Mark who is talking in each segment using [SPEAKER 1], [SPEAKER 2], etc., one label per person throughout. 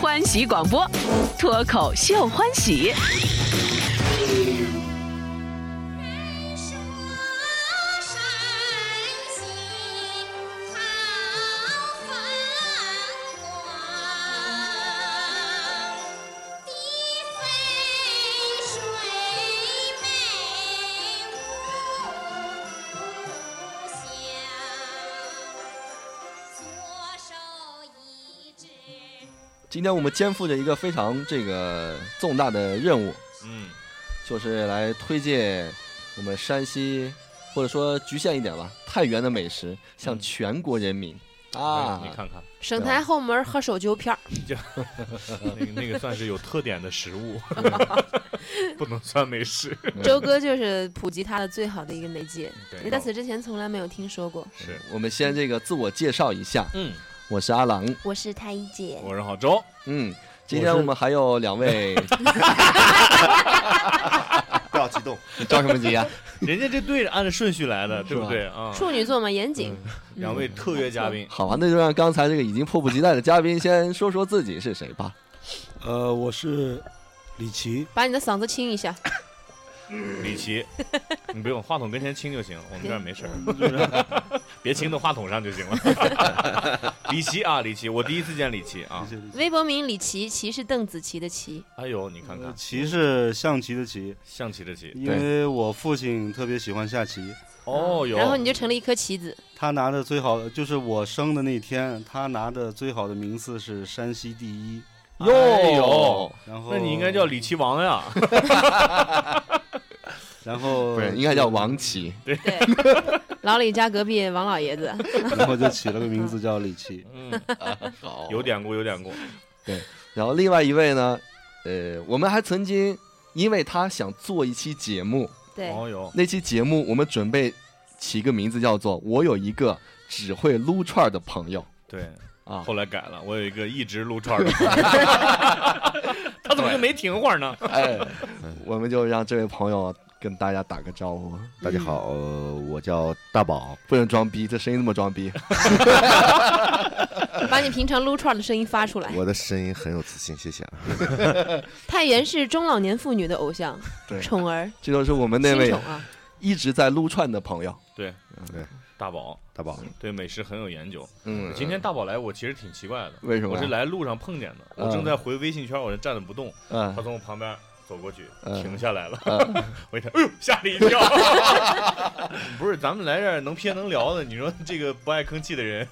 [SPEAKER 1] 欢喜广播，脱口秀欢喜。
[SPEAKER 2] 说山西好风光，碧飞水美无乡。左手一指。
[SPEAKER 3] 今天我们肩负着一个非常这个重大的任务，
[SPEAKER 4] 嗯，
[SPEAKER 3] 就是来推荐我们山西，或者说局限一点吧，太原的美食向
[SPEAKER 4] 嗯
[SPEAKER 3] 全国人民、
[SPEAKER 4] 哎
[SPEAKER 3] 啊，
[SPEAKER 4] 你看看，
[SPEAKER 5] 省台后门喝手揪片儿，
[SPEAKER 4] 呃那个那个算是有特点的食物，不能算美食。
[SPEAKER 3] 嗯
[SPEAKER 5] 周哥就是普及他的最好的一个媒介。你
[SPEAKER 4] 对，
[SPEAKER 5] 在此之前从来没有听说过。
[SPEAKER 4] 是，
[SPEAKER 3] 我们先这个自我介绍一下，
[SPEAKER 4] 嗯，
[SPEAKER 3] 我是阿郎，
[SPEAKER 5] 我是太医姐，
[SPEAKER 4] 我是郝周，
[SPEAKER 3] 嗯，今天我们还有两位，
[SPEAKER 6] 不要激动，
[SPEAKER 3] 你着什么急啊？
[SPEAKER 4] 人家这队是按照顺序来的，对不对啊？
[SPEAKER 5] 处女座嘛，严谨。
[SPEAKER 4] 两位特约嘉宾，
[SPEAKER 3] 好吧，那就让刚才这个已经迫不及待的嘉宾先说说自己是谁吧。
[SPEAKER 7] 呃，我是李琦，
[SPEAKER 5] 把你的嗓子清一下，
[SPEAKER 4] 李琦，你不用话筒跟前亲就行，我们这儿没事儿， 别亲到话筒上就行了。李琦啊，李琦，我第一次见李琦啊
[SPEAKER 7] 谢，谢李琦。
[SPEAKER 5] 微博名李琦，琦是邓紫棋的棋。
[SPEAKER 4] 哎呦，你看
[SPEAKER 7] 呃
[SPEAKER 4] 看
[SPEAKER 7] 棋是象棋的棋，
[SPEAKER 4] 象棋的棋，
[SPEAKER 7] 因为我父亲特别喜欢下棋，
[SPEAKER 4] 哦哟，
[SPEAKER 5] 然后你就成了一颗棋子。
[SPEAKER 7] 他拿的最好的就是我生的那天，他拿的最好的名次是山西第一。
[SPEAKER 4] 哟哎呦，
[SPEAKER 7] 然后
[SPEAKER 4] 那你应该叫，李琦王呀，
[SPEAKER 7] 然后
[SPEAKER 3] 不是，嗯应该叫王琦。
[SPEAKER 5] 对，老李家隔壁王老爷子，
[SPEAKER 7] 然后就起了个名字叫李琦。
[SPEAKER 4] 嗯，
[SPEAKER 3] 好
[SPEAKER 4] 有典故，有典故，
[SPEAKER 3] 然后另外一位呢，呃，我们还曾经因为他想做一期节目，
[SPEAKER 5] 对，
[SPEAKER 4] 哦哟，
[SPEAKER 3] 那期节目我们准备起一个名字叫做“我有一个只会撸串的朋友
[SPEAKER 4] 对。”
[SPEAKER 3] 啊。
[SPEAKER 4] 后来改了，我有一个一直撸串的，他怎么就没停会儿呢？
[SPEAKER 3] 哎， 我们就让这位朋友跟大家打个招呼，
[SPEAKER 6] 大家好，呃我叫大宝，
[SPEAKER 3] 不能装逼，这声音那么装逼。
[SPEAKER 5] 把你平常撸串的声音发出来。
[SPEAKER 6] 我的声音很有自信，谢谢啊。
[SPEAKER 5] 太原是中老年妇女的偶像，
[SPEAKER 3] 对
[SPEAKER 5] 宠儿，
[SPEAKER 3] 这就是我们那
[SPEAKER 5] 新
[SPEAKER 3] 位
[SPEAKER 5] 宠啊，
[SPEAKER 3] 一直在撸串的朋友。
[SPEAKER 4] 对
[SPEAKER 6] 对，
[SPEAKER 4] 大宝
[SPEAKER 6] 大宝，
[SPEAKER 4] 对美食很有研究。
[SPEAKER 3] 嗯，
[SPEAKER 4] 今天大宝来，我其实挺奇怪的，
[SPEAKER 3] 为什么
[SPEAKER 4] 我
[SPEAKER 3] 呀？
[SPEAKER 4] 是来路上碰见的，
[SPEAKER 3] 嗯
[SPEAKER 4] 我正在回微信圈，我就站着不动，他
[SPEAKER 3] 嗯，
[SPEAKER 4] 从我旁边走过去，
[SPEAKER 3] 嗯
[SPEAKER 4] 停下来了
[SPEAKER 3] 嗯。
[SPEAKER 4] 我一看，哎呦，吓了一跳。不是，咱们来这儿能撇能聊的，你说这个不爱吭气的人，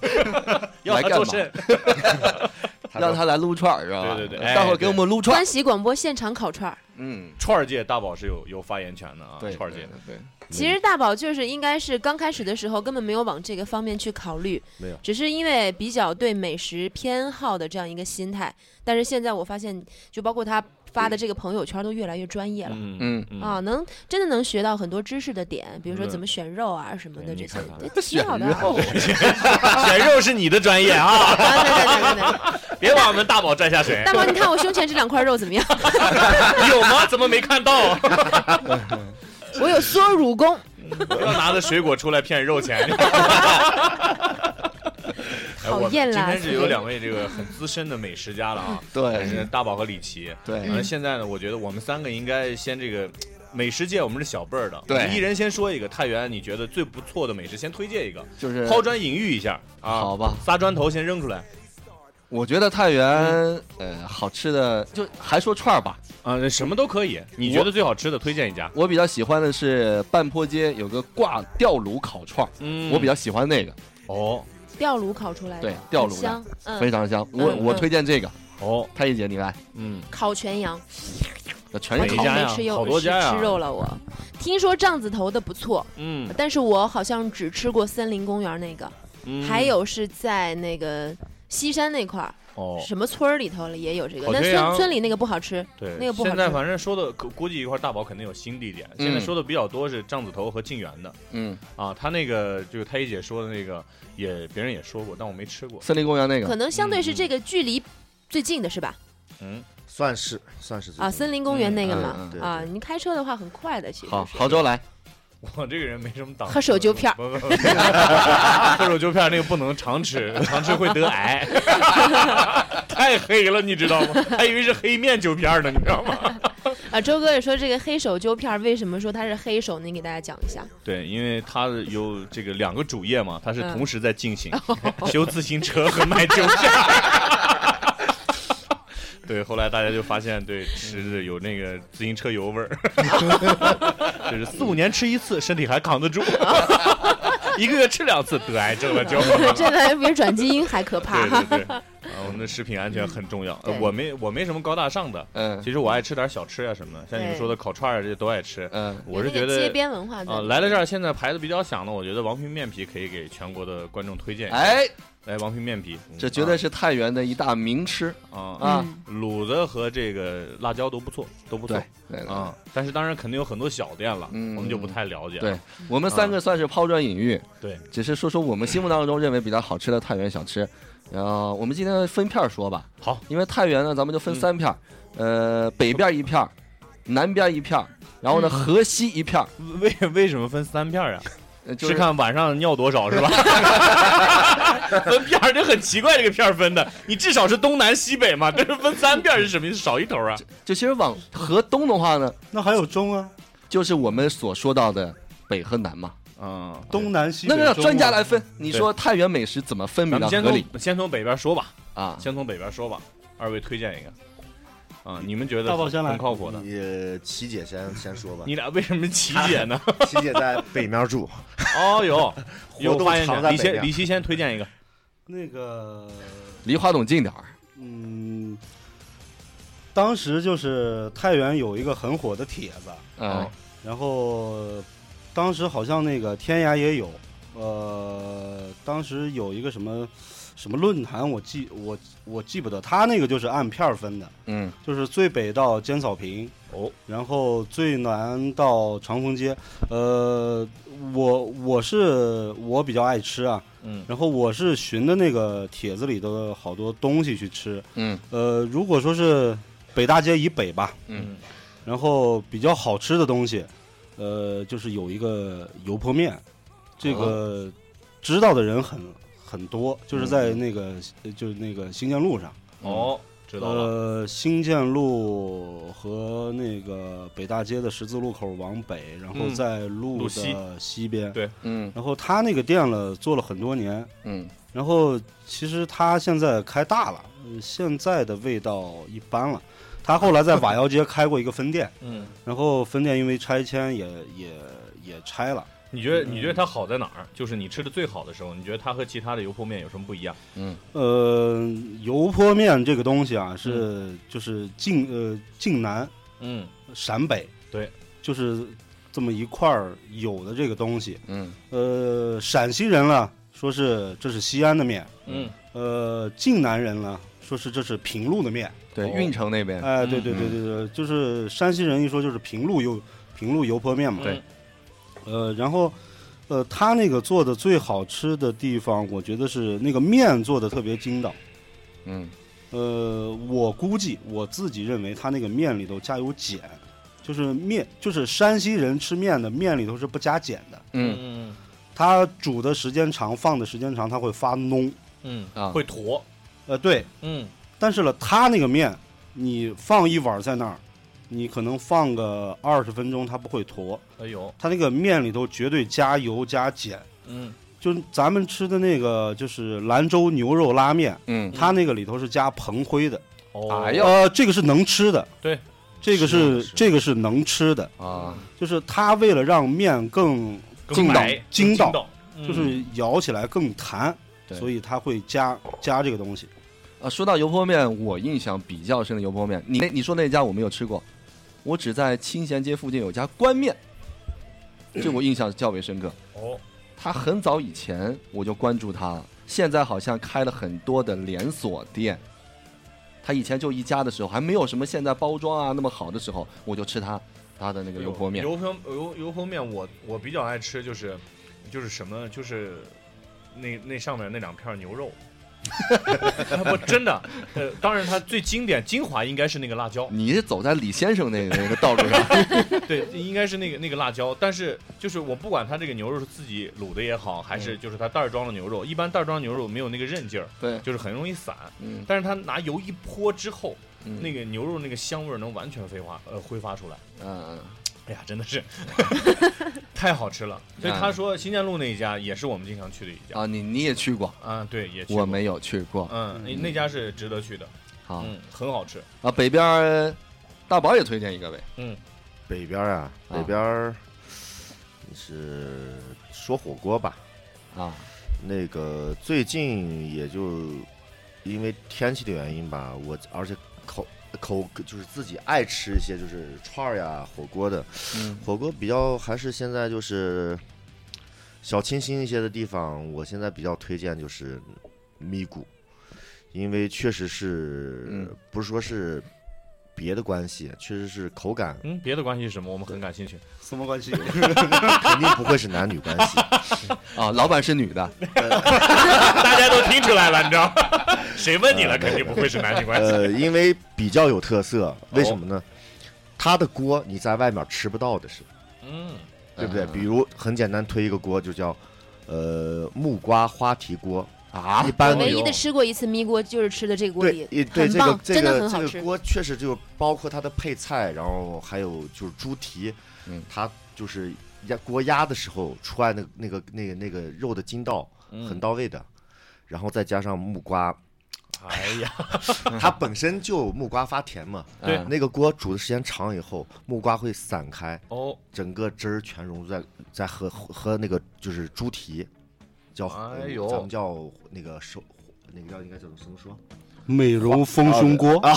[SPEAKER 4] 要
[SPEAKER 3] 来
[SPEAKER 4] 他
[SPEAKER 3] 干嘛
[SPEAKER 4] 做甚？
[SPEAKER 3] 让他来撸串儿是吧？
[SPEAKER 4] 对对对哎
[SPEAKER 3] 待会儿给我们撸串
[SPEAKER 5] 欢
[SPEAKER 3] 儿。
[SPEAKER 5] 喜广播现场烤串儿。
[SPEAKER 3] 嗯，
[SPEAKER 4] 串儿界大宝是有有发言权的啊，
[SPEAKER 3] 对，
[SPEAKER 4] 串儿界。
[SPEAKER 3] 对，
[SPEAKER 5] 其实大宝就是应该是刚开始的时候根本没有往这个方面去考虑，
[SPEAKER 6] 没有
[SPEAKER 5] 只是因为比较对美食偏好的这样一个心态。但是现在我发现，就包括他发的这个朋友圈都越来越专业了。
[SPEAKER 4] 嗯
[SPEAKER 3] 嗯，
[SPEAKER 4] 嗯
[SPEAKER 5] 啊，能真的能学到很多知识的点，比如说
[SPEAKER 4] 嗯
[SPEAKER 5] 怎么选肉啊什么
[SPEAKER 4] 对
[SPEAKER 5] 的
[SPEAKER 4] 你
[SPEAKER 5] 这些
[SPEAKER 4] 看看，
[SPEAKER 5] 对，挺好的啊。
[SPEAKER 4] 选肉是你的专业 啊，
[SPEAKER 5] 啊对对对对对，
[SPEAKER 4] 别把我们大宝拽下水
[SPEAKER 5] 大。宝，你看我胸前这两块肉怎么样？
[SPEAKER 4] 有吗？怎么没看 到？
[SPEAKER 5] 我有缩乳功，
[SPEAKER 4] 不要拿着水果出来骗肉钱。 哎我
[SPEAKER 5] 讨厌
[SPEAKER 4] 今
[SPEAKER 5] 啦
[SPEAKER 4] 天是有两位这个很资深的美食家了啊，
[SPEAKER 3] 对
[SPEAKER 4] 大宝和李琦。
[SPEAKER 3] 对
[SPEAKER 4] 然后现在呢，我觉得我们三个应该先这个。美食界我们是小辈儿的，
[SPEAKER 3] 对
[SPEAKER 4] 我们一人先说一个太原你觉得最不错的美食，先推荐一个，
[SPEAKER 3] 就是
[SPEAKER 4] 抛砖引玉一下啊，
[SPEAKER 3] 好吧
[SPEAKER 4] 仨砖头先扔出来
[SPEAKER 3] 我觉得太原
[SPEAKER 4] 嗯
[SPEAKER 3] 呃好吃的就还说串儿吧，
[SPEAKER 4] 啊，什么都可以，你
[SPEAKER 3] 我
[SPEAKER 4] 觉得最好吃的推荐一家，
[SPEAKER 3] 我比较喜欢的是半坡街有个挂吊炉烤串儿，
[SPEAKER 4] 嗯
[SPEAKER 3] 我比较喜欢那个，
[SPEAKER 4] 哦
[SPEAKER 5] 吊炉烤出来的，
[SPEAKER 3] 对吊炉的
[SPEAKER 5] 香，嗯
[SPEAKER 3] 非，常香。我
[SPEAKER 5] 嗯
[SPEAKER 3] 我推荐这个，
[SPEAKER 4] 哦，
[SPEAKER 3] 太一姐你来，
[SPEAKER 4] 嗯，
[SPEAKER 5] 烤全羊，
[SPEAKER 3] 那全
[SPEAKER 5] 我
[SPEAKER 4] 哪
[SPEAKER 3] 是
[SPEAKER 4] 一
[SPEAKER 5] 烤
[SPEAKER 4] 家
[SPEAKER 5] 没
[SPEAKER 4] 呀
[SPEAKER 5] 吃肉，
[SPEAKER 4] 好多家呀
[SPEAKER 5] 吃吃肉了我。听说杖子头的不错，
[SPEAKER 4] 嗯，
[SPEAKER 5] 但是我好像只吃过森林公园那个，
[SPEAKER 4] 嗯
[SPEAKER 5] 还有是在那个西山那块儿，
[SPEAKER 4] 哦，
[SPEAKER 5] 什么村儿里头了也有这个，
[SPEAKER 4] 烤
[SPEAKER 5] 但
[SPEAKER 4] 全羊
[SPEAKER 5] 村村里那个不好吃。
[SPEAKER 4] 对，
[SPEAKER 5] 那个不好
[SPEAKER 4] 现在
[SPEAKER 5] 吃嗯
[SPEAKER 4] 反正说的，估估计一块儿大宝肯定有新地点。现在说的比较多是獐子头和靖远的
[SPEAKER 3] 嗯，
[SPEAKER 4] 啊，他那个就是太医姐说的那个，也别人也说过，但我没吃过。
[SPEAKER 3] 森林公园那
[SPEAKER 5] 可
[SPEAKER 3] 个，
[SPEAKER 5] 能相对是
[SPEAKER 4] 嗯
[SPEAKER 5] 这个距离最近的是吧？
[SPEAKER 4] 嗯，
[SPEAKER 6] 算是算是
[SPEAKER 5] 啊，森林公园那个嘛
[SPEAKER 3] 嗯嗯
[SPEAKER 6] 嗯，对
[SPEAKER 5] 啊，
[SPEAKER 6] 对
[SPEAKER 5] 你开车的话很快的，其实
[SPEAKER 3] 好，
[SPEAKER 5] 是
[SPEAKER 3] 杭州来，
[SPEAKER 4] 我这个人没什么党。
[SPEAKER 5] 喝手揪片儿
[SPEAKER 4] 不，不不 不喝手揪片儿那个不能常 吃，常吃会得癌。 太黑了，你知道吗？还以为是黑面揪片儿呢，你知道吗？
[SPEAKER 5] 啊，周哥也说这个黑手揪片儿为什么说它是黑手呢？你给大家讲 一下。
[SPEAKER 4] 对，因为它有这个两个主业嘛，它是
[SPEAKER 5] 嗯
[SPEAKER 4] 同时在进行，
[SPEAKER 5] 哦
[SPEAKER 4] 修自行车和卖揪片儿。 对，后来大家就发现，对，是有那个自行车油味儿， 就是四五年吃一次，身体还扛得住， 一个月吃两次得癌症了就。
[SPEAKER 5] 这个比转基因还可
[SPEAKER 4] 对
[SPEAKER 5] 怕。
[SPEAKER 4] 对对，啊，我们的食品安全很重要。呃
[SPEAKER 5] 对
[SPEAKER 4] 我没我没什么高大上的，
[SPEAKER 3] 嗯
[SPEAKER 4] 其实我爱吃点小吃啊什么的，像你们说的烤串儿啊这些都爱吃。
[SPEAKER 3] 嗯，
[SPEAKER 4] 我是
[SPEAKER 5] 有那
[SPEAKER 4] 觉
[SPEAKER 5] 个
[SPEAKER 4] 得
[SPEAKER 5] 街边文化在
[SPEAKER 4] 啊，来了这儿现在牌子比较响的，我觉得王平面皮可以给全国的观众推荐一下。
[SPEAKER 3] 哎，
[SPEAKER 4] 来，王平面皮，嗯
[SPEAKER 3] 这绝对是太原的一大名吃
[SPEAKER 4] 啊啊，
[SPEAKER 3] 啊！
[SPEAKER 5] 嗯
[SPEAKER 4] 卤的和这个辣椒都不错，都不错
[SPEAKER 3] 对
[SPEAKER 5] 嗯
[SPEAKER 3] 对对
[SPEAKER 4] 啊。但是当然肯定有很多小店了，
[SPEAKER 3] 嗯
[SPEAKER 4] 我们就不太了解了。
[SPEAKER 3] 对，我们三个算是抛砖引玉，
[SPEAKER 4] 啊对，
[SPEAKER 3] 只是说说我们心目当中认为比较好吃的太原小吃。然后我们今天分片儿说吧，
[SPEAKER 4] 好，
[SPEAKER 3] 因为太原呢，咱们就
[SPEAKER 4] 嗯
[SPEAKER 3] 分三片儿，呃，北边一片儿，南边一片儿，然
[SPEAKER 4] 嗯
[SPEAKER 3] 后呢，河西一片儿，
[SPEAKER 4] 为为什么分三片啊？
[SPEAKER 3] 呃就是
[SPEAKER 4] 看晚上尿多少是吧？ 分片儿这很奇怪，这个片儿分的，你至少是东南西北嘛，但是分三片儿是什么意思？少一头啊？
[SPEAKER 3] 就其实往河东的话呢，
[SPEAKER 7] 那还有中啊，
[SPEAKER 3] 就是我们所说到的北和南嘛。
[SPEAKER 4] 嗯，
[SPEAKER 7] 东南西北
[SPEAKER 3] 那
[SPEAKER 7] 中啊。
[SPEAKER 3] 让专家来分，你说太原美食怎么分比较
[SPEAKER 4] 咱们先
[SPEAKER 3] 合理
[SPEAKER 4] 从先从北边说吧，
[SPEAKER 3] 啊？
[SPEAKER 4] 先从北边说吧，二位推荐一个，啊，你们觉得
[SPEAKER 7] 大宝先来
[SPEAKER 4] 很靠谱的。
[SPEAKER 7] 嗯
[SPEAKER 6] 你琪姐先先说吧。
[SPEAKER 4] 你俩为什么琪姐呢？
[SPEAKER 6] 琪姐在北面住，
[SPEAKER 4] 哦哟，有
[SPEAKER 6] 活动
[SPEAKER 4] 发言
[SPEAKER 6] 常
[SPEAKER 4] 权。
[SPEAKER 6] 在
[SPEAKER 4] 李
[SPEAKER 6] 北
[SPEAKER 4] 先李
[SPEAKER 6] 面。
[SPEAKER 4] 希先推荐一个，
[SPEAKER 7] 那个，
[SPEAKER 3] 离花筒近点儿，
[SPEAKER 7] 嗯，当时就是太原有一个很火的帖子，
[SPEAKER 3] 嗯
[SPEAKER 4] 哦，
[SPEAKER 7] 然后当时好像那个天涯也有，呃，当时有一个什么什么论坛，我记我我记不得，他那个就是按片儿分的，
[SPEAKER 3] 嗯，
[SPEAKER 7] 就是最北到尖草坪，
[SPEAKER 4] 哦，
[SPEAKER 7] 然后最南到长风街。呃，我我是我比较爱吃啊，
[SPEAKER 4] 嗯，
[SPEAKER 7] 然后我是寻的那个帖子里的好多东西去吃。
[SPEAKER 3] 嗯，
[SPEAKER 7] 呃，如果说是北大街以北吧，
[SPEAKER 3] 嗯，
[SPEAKER 7] 然后比较好吃的东西，呃，就是有一个油泼面，这
[SPEAKER 4] 哦
[SPEAKER 7] 个知道的人很很多，就是在
[SPEAKER 4] 嗯
[SPEAKER 7] 那个、就是那个新建路上。
[SPEAKER 4] 哦，知道了，
[SPEAKER 7] 呃，新建路和那个北大街的十字路口往北，然后
[SPEAKER 4] 嗯
[SPEAKER 7] 在路
[SPEAKER 4] 路西
[SPEAKER 7] 的西边。
[SPEAKER 4] 对
[SPEAKER 3] 嗯
[SPEAKER 7] 然后他那个店了做了很多年，
[SPEAKER 3] 嗯，
[SPEAKER 7] 然后其实他现在开大了，呃现在的味道一般了。他后来在瓦窑街开过一个分店，
[SPEAKER 4] 嗯，
[SPEAKER 7] 然后分店因为拆迁也也也拆了。
[SPEAKER 4] 你觉得你觉得它好在哪儿？就是你吃的最好的时候，你觉得它和其他的油泼面有什么不一样？
[SPEAKER 7] 呃，油泼面这个东西啊，是、就是晋呃晋南
[SPEAKER 4] 嗯，
[SPEAKER 7] 陕北，
[SPEAKER 4] 对，
[SPEAKER 7] 就是这么一块儿有的这个东西。
[SPEAKER 3] 嗯，
[SPEAKER 7] 呃，陕西人了，说是这是西安的面，
[SPEAKER 4] 嗯，
[SPEAKER 7] 呃，晋南人了，说是这是平路的面。
[SPEAKER 3] 对，
[SPEAKER 4] 哦
[SPEAKER 3] 运城那边，
[SPEAKER 7] 哎，对对对对对，就是山西人一说就是平路油平路油泼面嘛。
[SPEAKER 4] 对，
[SPEAKER 7] 呃，然后。呃，他那个做的最好吃的地方，我觉得是那个面做的特别筋道。
[SPEAKER 3] 嗯，
[SPEAKER 7] 呃，我估计我自己认为他那个面里头加有碱，就是面，就是山西人吃面的面里头是不加碱的。
[SPEAKER 3] 嗯
[SPEAKER 4] 嗯
[SPEAKER 7] 它煮的时间长，放的时间长，它会发脓。
[SPEAKER 4] 嗯
[SPEAKER 3] 啊
[SPEAKER 4] 会坨，
[SPEAKER 7] 呃，对，
[SPEAKER 4] 嗯，
[SPEAKER 7] 但是呢，它那个面，你放一碗在那儿，你可能放个二十分钟，它不会坨。
[SPEAKER 4] 哎呦，
[SPEAKER 7] 它那个面里头绝对加油加碱，
[SPEAKER 4] 嗯，
[SPEAKER 7] 就是咱们吃的那个就是兰州牛肉拉面，
[SPEAKER 3] 嗯，
[SPEAKER 7] 它那个里头是加硼灰的。
[SPEAKER 4] 哦，
[SPEAKER 3] 哎呦
[SPEAKER 7] 呃，这个是能吃的，
[SPEAKER 4] 对，
[SPEAKER 7] 这个
[SPEAKER 6] 是
[SPEAKER 7] 是
[SPEAKER 6] 的是的
[SPEAKER 7] 这个是能吃的，
[SPEAKER 3] 啊，
[SPEAKER 7] 就是它为了让面更
[SPEAKER 4] 更白
[SPEAKER 7] 筋道，
[SPEAKER 4] 嗯
[SPEAKER 7] 就是咬起来更弹，
[SPEAKER 3] 对
[SPEAKER 7] 所以它会加加这个东西。
[SPEAKER 3] 啊，说到油泼面，我印象比较深的油泼面，你那你说那家我没有吃过，我只在清贤街附近有家关面，这我印象较为深刻。
[SPEAKER 4] 哦，
[SPEAKER 3] 他很早以前我就关注他了，现在好像开了很多的连锁店。他以前就一家的时候，还没有什么现在包装啊那么好的时候，我就吃他他的那个油泼面。
[SPEAKER 4] 油泼油油泼面我我比较爱吃，就是就是什么就是那那上面那两片牛肉， 啊不真的，呃，当然它最经典精华应该是那个辣椒，
[SPEAKER 3] 你是走在李先生那那个道路 上，
[SPEAKER 4] 对，应该是那个那个辣椒。但是就是我不管它这个牛肉是自己卤的也好，还
[SPEAKER 3] 嗯
[SPEAKER 4] 是就是它袋儿装的牛肉，一般袋儿装牛肉没有那个韧劲儿，
[SPEAKER 3] 对，
[SPEAKER 4] 就是很容易散。
[SPEAKER 3] 嗯，
[SPEAKER 4] 但是它拿油一泼之后，
[SPEAKER 3] 嗯
[SPEAKER 4] 那个牛肉那个香味儿能完全挥发呃挥发出来。
[SPEAKER 3] 嗯，
[SPEAKER 4] 哎呀，真的 是太好吃了。所以
[SPEAKER 6] 嗯
[SPEAKER 4] 他说新建路那一家也是我们经常去的一家。
[SPEAKER 3] 啊，你你也去过，
[SPEAKER 4] 啊，对，也去过
[SPEAKER 3] 我没有去过，
[SPEAKER 4] 嗯，那那家是值得去的，
[SPEAKER 3] 好
[SPEAKER 4] 嗯，很好吃。
[SPEAKER 3] 啊，北边儿大宝也推荐一个呗，
[SPEAKER 6] 北边啊，
[SPEAKER 3] 啊
[SPEAKER 6] 北边儿嗯是说火锅吧，
[SPEAKER 3] 啊，
[SPEAKER 6] 那个最近也就因为天气的原因吧，我而且口口就是自己爱吃一些就是串儿呀火锅的，
[SPEAKER 3] 嗯
[SPEAKER 6] 火锅比较还是现在就是小清新一些的地方，我现在比较推荐就是咪咕，因为确实是、
[SPEAKER 3] 嗯
[SPEAKER 6] 不是说是别的关系，确实是口感
[SPEAKER 4] 嗯，别的关系是什么？我们很感兴趣。
[SPEAKER 7] 什么关系？
[SPEAKER 6] 肯定不会是男女关系，
[SPEAKER 3] 啊，老板是女的，
[SPEAKER 4] 大家都听出来了，你知道？ 谁问你
[SPEAKER 6] 啊
[SPEAKER 4] 了？肯定不会是男女关系。
[SPEAKER 6] 呃，因为比较有特
[SPEAKER 3] 哦
[SPEAKER 6] 色，为什么呢？它的锅你在外面吃不到的是，
[SPEAKER 4] 嗯，
[SPEAKER 6] 对不对？
[SPEAKER 3] 嗯
[SPEAKER 6] 比如很简单，推一个锅就叫呃木瓜花蹄锅，
[SPEAKER 3] 啊
[SPEAKER 6] 一，般
[SPEAKER 5] 唯
[SPEAKER 6] 那
[SPEAKER 5] 一
[SPEAKER 6] 种
[SPEAKER 5] 的吃过一次咪锅就是吃的这个锅
[SPEAKER 6] 对
[SPEAKER 5] 底，，
[SPEAKER 6] 一对
[SPEAKER 5] 很
[SPEAKER 6] 这
[SPEAKER 5] 棒
[SPEAKER 6] 个，这
[SPEAKER 5] 真的很
[SPEAKER 6] 个
[SPEAKER 5] 好
[SPEAKER 6] 这个
[SPEAKER 5] 吃。
[SPEAKER 6] 锅确实就包括它的配菜，然后还有就是猪蹄，
[SPEAKER 3] 嗯
[SPEAKER 6] 它就是压锅压的时候出来那个那个那个那个肉的筋道
[SPEAKER 3] 嗯
[SPEAKER 6] 很到位的，然后再加上木瓜，
[SPEAKER 4] 哎呀，
[SPEAKER 6] 它本身就木瓜发甜嘛，啊
[SPEAKER 4] 对
[SPEAKER 3] 嗯
[SPEAKER 6] 那个锅煮的时间长以后，木瓜会散开，
[SPEAKER 4] 哦，
[SPEAKER 6] 整个汁儿全融入在在和和那个就是猪蹄，叫呃
[SPEAKER 4] 哎呦
[SPEAKER 6] 咱们叫那个手那个叫应该叫怎么说？
[SPEAKER 7] 美容丰胸锅啊，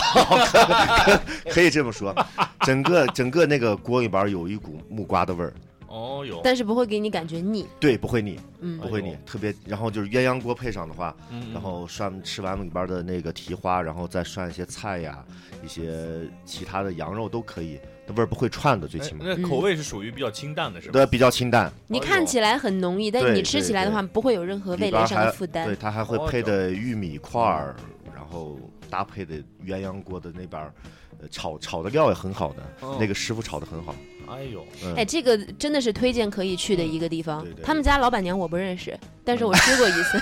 [SPEAKER 6] 可以这么说，整个整个那个锅里边儿有一股木瓜的味儿，
[SPEAKER 4] 哦哟，
[SPEAKER 5] 但是不会给你感觉腻，
[SPEAKER 6] 对，不会腻，
[SPEAKER 5] 嗯
[SPEAKER 6] 不会腻，特别。然后就是鸳鸯锅配上的话，
[SPEAKER 4] 哎嗯
[SPEAKER 6] 然后涮吃完里边的那个蹄花，然后再涮一些菜呀，一些其他的羊肉都可以，那味儿不会串的，最
[SPEAKER 4] 哎
[SPEAKER 6] 起码。
[SPEAKER 4] 那口味是属于比较清淡的，是吧？
[SPEAKER 6] 对，比较清淡，
[SPEAKER 5] 你看起来很浓郁，但
[SPEAKER 6] 哦对
[SPEAKER 5] 你吃起来的话不会有任何味
[SPEAKER 6] 里
[SPEAKER 5] 蕾
[SPEAKER 6] 边
[SPEAKER 5] 上的
[SPEAKER 6] 还
[SPEAKER 5] 负
[SPEAKER 6] 对
[SPEAKER 5] 担。
[SPEAKER 6] 它还会配的玉米块
[SPEAKER 5] 嗯
[SPEAKER 6] 儿，然后搭配的鸳鸯锅的那边儿，呃炒炒的料也很好的，
[SPEAKER 4] 哦
[SPEAKER 6] 那个师傅炒的很好。
[SPEAKER 4] 哎呦，
[SPEAKER 6] 嗯、
[SPEAKER 5] 嗯哎，这个真的是推荐可以去的一个地方
[SPEAKER 6] 对对。
[SPEAKER 5] 他们家老板娘我不认识，但是我吃过一 次。